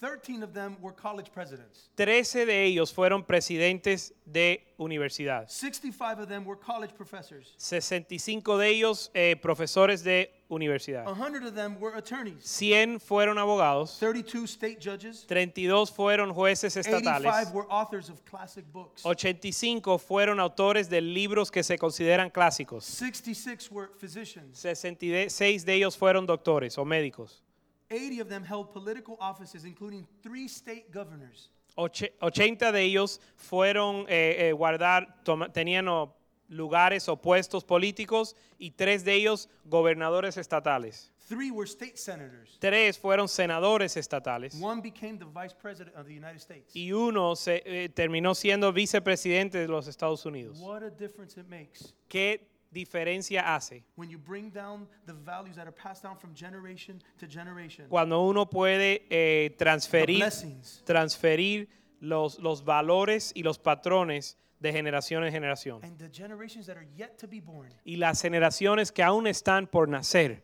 C: 13 of them were college presidents.
D: Trece de ellos fueron presidentes de universidades.
C: 65 of them were college professors.
D: 65 de ellos eh, profesores de universidad.
C: 100 of them were attorneys.
D: 100 fueron abogados.
C: 32 state judges.
D: 32 fueron jueces estatales.
C: 85 were authors of classic books.
D: 85 fueron autores de libros que se consideran clásicos.
C: 66 were physicians.
D: 66 de ellos fueron doctores o médicos.
C: 80 of them held political offices, including three state governors.
D: Oche- 80 de ellos fueron eh, eh, guardar, toma- tenían oh, lugares o puestos políticos y tres de ellos gobernadores estatales.
C: Three were state senators.
D: Tres fueron senadores estatales.
C: One became the vice president of the United States.
D: y uno se, eh, terminó siendo vicepresidente de los Estados Unidos.
C: What a difference it makes
D: ¿Qué diferencia hace
C: when you bring down the values that are passed down from generation to generation.
D: cuando uno puede eh,
C: The
D: transferir,
C: blessings.
D: transferir los, los valores y los patrones de generación en generación?
C: And the generations that are yet to be born.
D: Y las generaciones que aún están por nacer,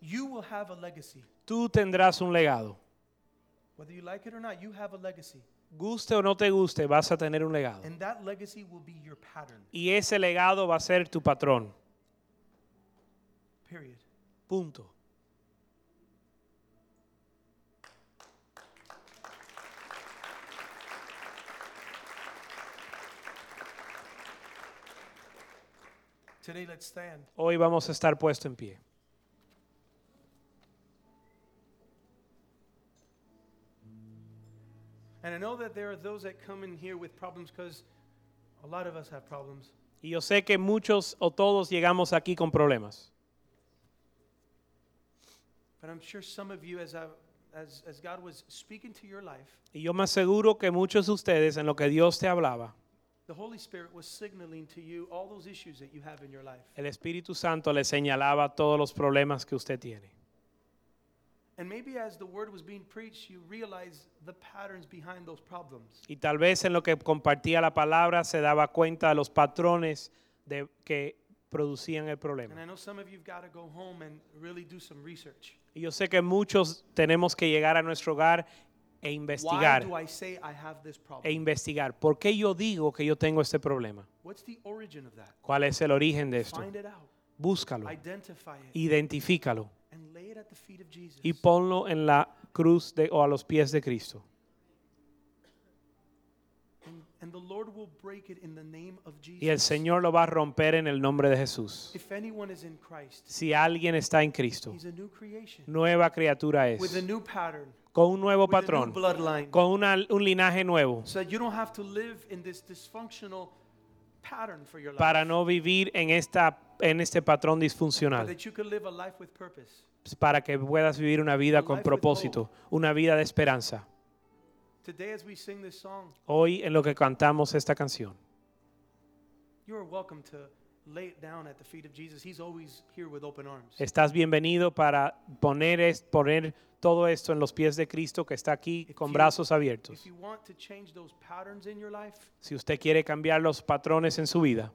C: You will have a legacy.
D: tú tendrás un legado.
C: Whether you like it or not, you have a legacy.
D: Guste o no te guste, vas a tener un legado.
C: And that legacy will be your pattern.
D: Y ese legado va a ser tu patrón.
C: Period.
D: Punto.
C: Today, let's stand.
D: Hoy vamos a estar puesto en pie.
C: And I know that there are those that come in here with problems because a lot of us have problems.
D: Y yo sé que muchos o todos llegamos aquí con problemas.
C: But I'm sure some of you, as, I, as, as God was speaking to your life,
D: Y yo me aseguro que muchos de ustedes, en lo que Dios te hablaba,
C: the Holy Spirit was signaling to you all those issues that you have in your life.
D: el Espíritu Santo le señalaba todos los problemas que usted tiene.
C: And maybe as the word was being preached, you realized the patterns behind those problems.
D: Y tal vez en lo que compartía la palabra se daba cuenta de los patrones de, que producían el
C: And I
D: problema.
C: know some of you've got to go home and really do some research.
D: Y yo sé que muchos tenemos que llegar a nuestro hogar e
C: Why
D: investigar.
C: do I say I have this
D: E
C: problem?
D: investigar. ¿Por qué yo digo que yo tengo este problema?
C: What's the origin of that?
D: ¿Cuál es el origen de esto?
C: Find it out.
D: Búscalo.
C: Identify it.
D: Identifícalo.
C: And lay it at the feet of Jesus.
D: y ponlo en la cruz de- o a los pies de Cristo.
C: And, and the Lord will break it in the name of Jesus.
D: Y el Señor lo va a romper en el nombre de Jesús.
C: If anyone is in Christ,
D: Si alguien está en Cristo,
C: he's a new creation
D: nueva criatura
C: with a
D: es,
C: new pattern,
D: con un nuevo
C: with a new
D: patrón,
C: bloodline.
D: con una- un linaje nuevo,
C: So that you don't have to live in this dysfunctional pattern for your life.
D: para no vivir en, esta, en este patrón
C: But
D: disfuncional,
C: that you can live a life with purpose.
D: para que puedas vivir una vida con propósito, una vida de esperanza.
C: Today, as we sing this song,
D: Hoy en lo que cantamos esta canción,
C: you are welcome to lay it down at the feet of Jesus. He's always here with open arms.
D: estás bienvenido para poner, es- poner todo esto en los pies de Cristo que está aquí con brazos abiertos.
C: If you want to change those patterns in your life,
D: Si usted quiere cambiar los patrones en su vida,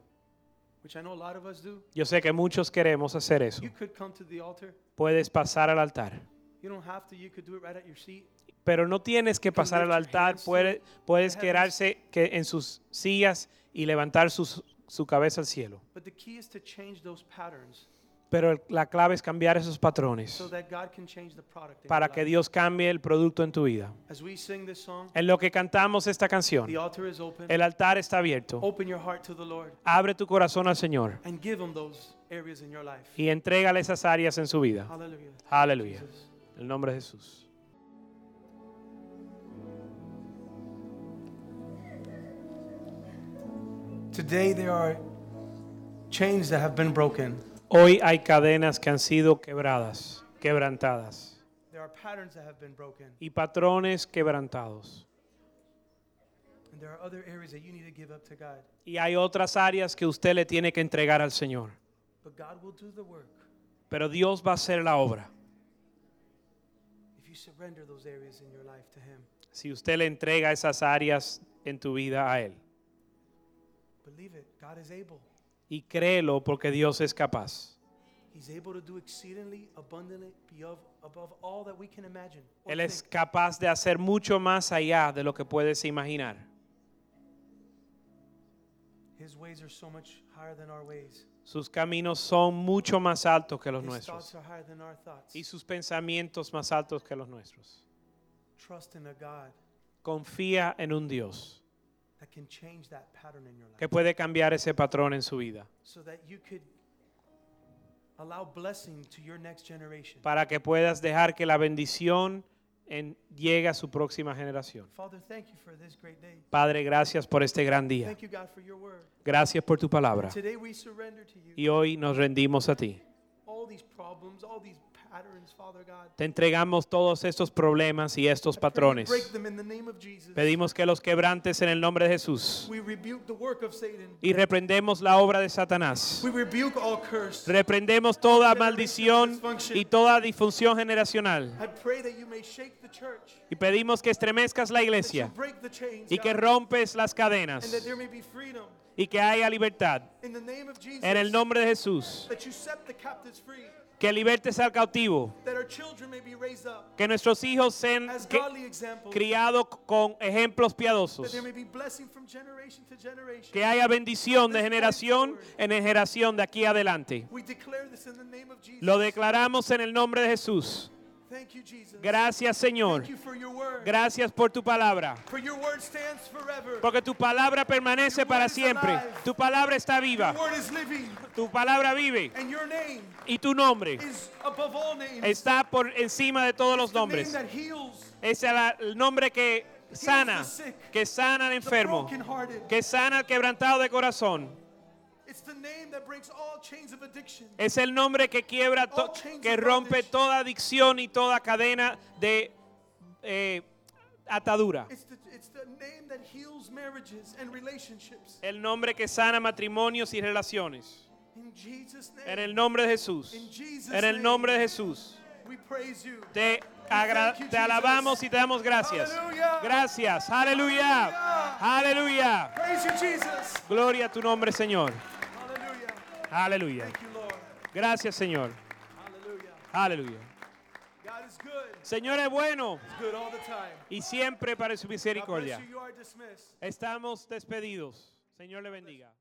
C: which I know a lot of us do,
D: yo sé que muchos queremos hacer eso.
C: you could come to the altar.
D: Puedes pasar al altar,
C: You don't have to. You could do it right at your seat.
D: pero no tienes que pasar al altar. Puede- puedes quedarse que en sus sillas y levantar sus- su cabeza al cielo.
C: But the key is to change those patterns
D: Pero el- la clave es cambiar esos patrones
C: so that God can change the product. in
D: para
C: your
D: que
C: life.
D: Dios cambie el producto en tu vida.
C: As we sing this song,
D: En lo que cantamos esta canción,
C: the altar is open.
D: el altar está abierto.
C: Open your heart to the Lord
D: Abre tu corazón al Señor
C: and give Him those areas in your life.
D: y entrégale esas áreas en su vida.
C: Hallelujah.
D: Aleluya.
C: Jesus.
D: En el nombre de Jesús.
C: Today there are chains that have been broken.
D: Hoy hay cadenas que han sido quebradas, quebrantadas,
C: There are patterns that have been broken.
D: y patrones quebrantados.
C: And there are other areas that you need to give up to God.
D: Y hay otras áreas que usted le tiene que entregar al Señor.
C: But God will do the work
D: Pero Dios va a hacer la obra
C: if you surrender those areas in your life to Him.
D: si usted le entrega esas áreas en tu vida a Él.
C: Believe it, God is able.
D: Y créelo porque Dios es capaz.
C: He's able to do exceedingly abundantly above, above all that we can imagine. or
D: Él es
C: think.
D: capaz de hacer mucho más allá de lo que puedes imaginar.
C: His ways are so much higher than our ways.
D: Sus caminos son mucho más altos que los
C: His
D: nuestros
C: thoughts are higher than our thoughts.
D: y sus pensamientos más altos que los nuestros.
C: Trust in a God
D: Confía en un Dios
C: that can change that pattern in your life
D: que puede cambiar ese patrón en su vida
C: so that you could allow blessing to your next generation.
D: para que puedas dejar que la bendición en- llegue a su próxima generación.
C: Father, thank you for this great day.
D: Padre, gracias por este gran día.
C: Thank you, God, for your word.
D: Gracias por tu palabra.
C: Today we surrender to you
D: Y hoy nos rendimos a ti.
C: all these problems, all these patterns, Father God.
D: Te entregamos todos estos problemas y estos
C: I pray you Break
D: patrones.
C: them in the name of Jesus.
D: Pedimos que los quebrantes en el nombre de Jesús.
C: We rebuke the work of Satan.
D: Y reprendemos la obra de Satanás.
C: We rebuke all curse.
D: Reprendemos toda maldición y toda disfunción generacional.
C: I pray that you may shake the church.
D: Y pedimos que estremezcas
C: That
D: la
C: you
D: iglesia
C: break the chains,
D: y que
C: God,
D: rompes las
C: and
D: cadenas
C: that there may be freedom
D: y que haya libertad.
C: in the name of Jesus.
D: En el nombre de Jesús.
C: that you set the captives free,
D: Que libertes al cautivo.
C: that our children may be raised up
D: Que nuestros hijos sean
C: as
D: que-
C: godly examples,
D: criados con ejemplos
C: that
D: piadosos.
C: there may be blessing from generation to generation.
D: Que haya bendición de generación en generación de aquí adelante.
C: We declare this in the name of Jesus.
D: Lo declaramos en el nombre de Jesús.
C: Thank you, Jesus.
D: Gracias, Señor.
C: Thank you for your word.
D: Gracias por tu palabra.
C: for your word stands forever.
D: Porque tu palabra permanece para siempre. Tu palabra está
C: your
D: viva.
C: word is living,
D: Tu palabra vive.
C: and your name
D: Y tu nombre
C: is above all names.
D: está por encima de todos los
C: the name
D: nombres.
C: that heals
D: Es el, el nombre que sana, que sana al
C: the
D: enfermo,
C: brokenhearted.
D: que sana al quebrantado de corazón.
C: It's the name that breaks all chains of addiction.
D: Es el nombre que quiebra, to- que rompe toda adicción y toda cadena de eh, atadura.
C: It's the, it's the name that heals marriages and relationships.
D: El nombre que sana matrimonios y relaciones.
C: In Jesus' name.
D: En el nombre de Jesús.
C: In Jesus'
D: En el
C: name.
D: nombre de Jesús.
C: We praise you.
D: Te, agra-
C: Thank you,
D: te
C: Jesus.
D: alabamos y te damos gracias.
C: Hallelujah.
D: Gracias. Aleluya. Aleluya.
C: Praise you, Jesus.
D: Gloria a tu nombre, Señor.
C: Hallelujah.
D: Aleluya.
C: Thank you, Lord.
D: Gracias, Señor.
C: Hallelujah.
D: Aleluya.
C: God is good.
D: Señor es bueno
C: He's good all the time.
D: y siempre para su
C: God bless
D: misericordia.
C: you. You are dismissed.
D: Estamos despedidos. Señor le bendiga.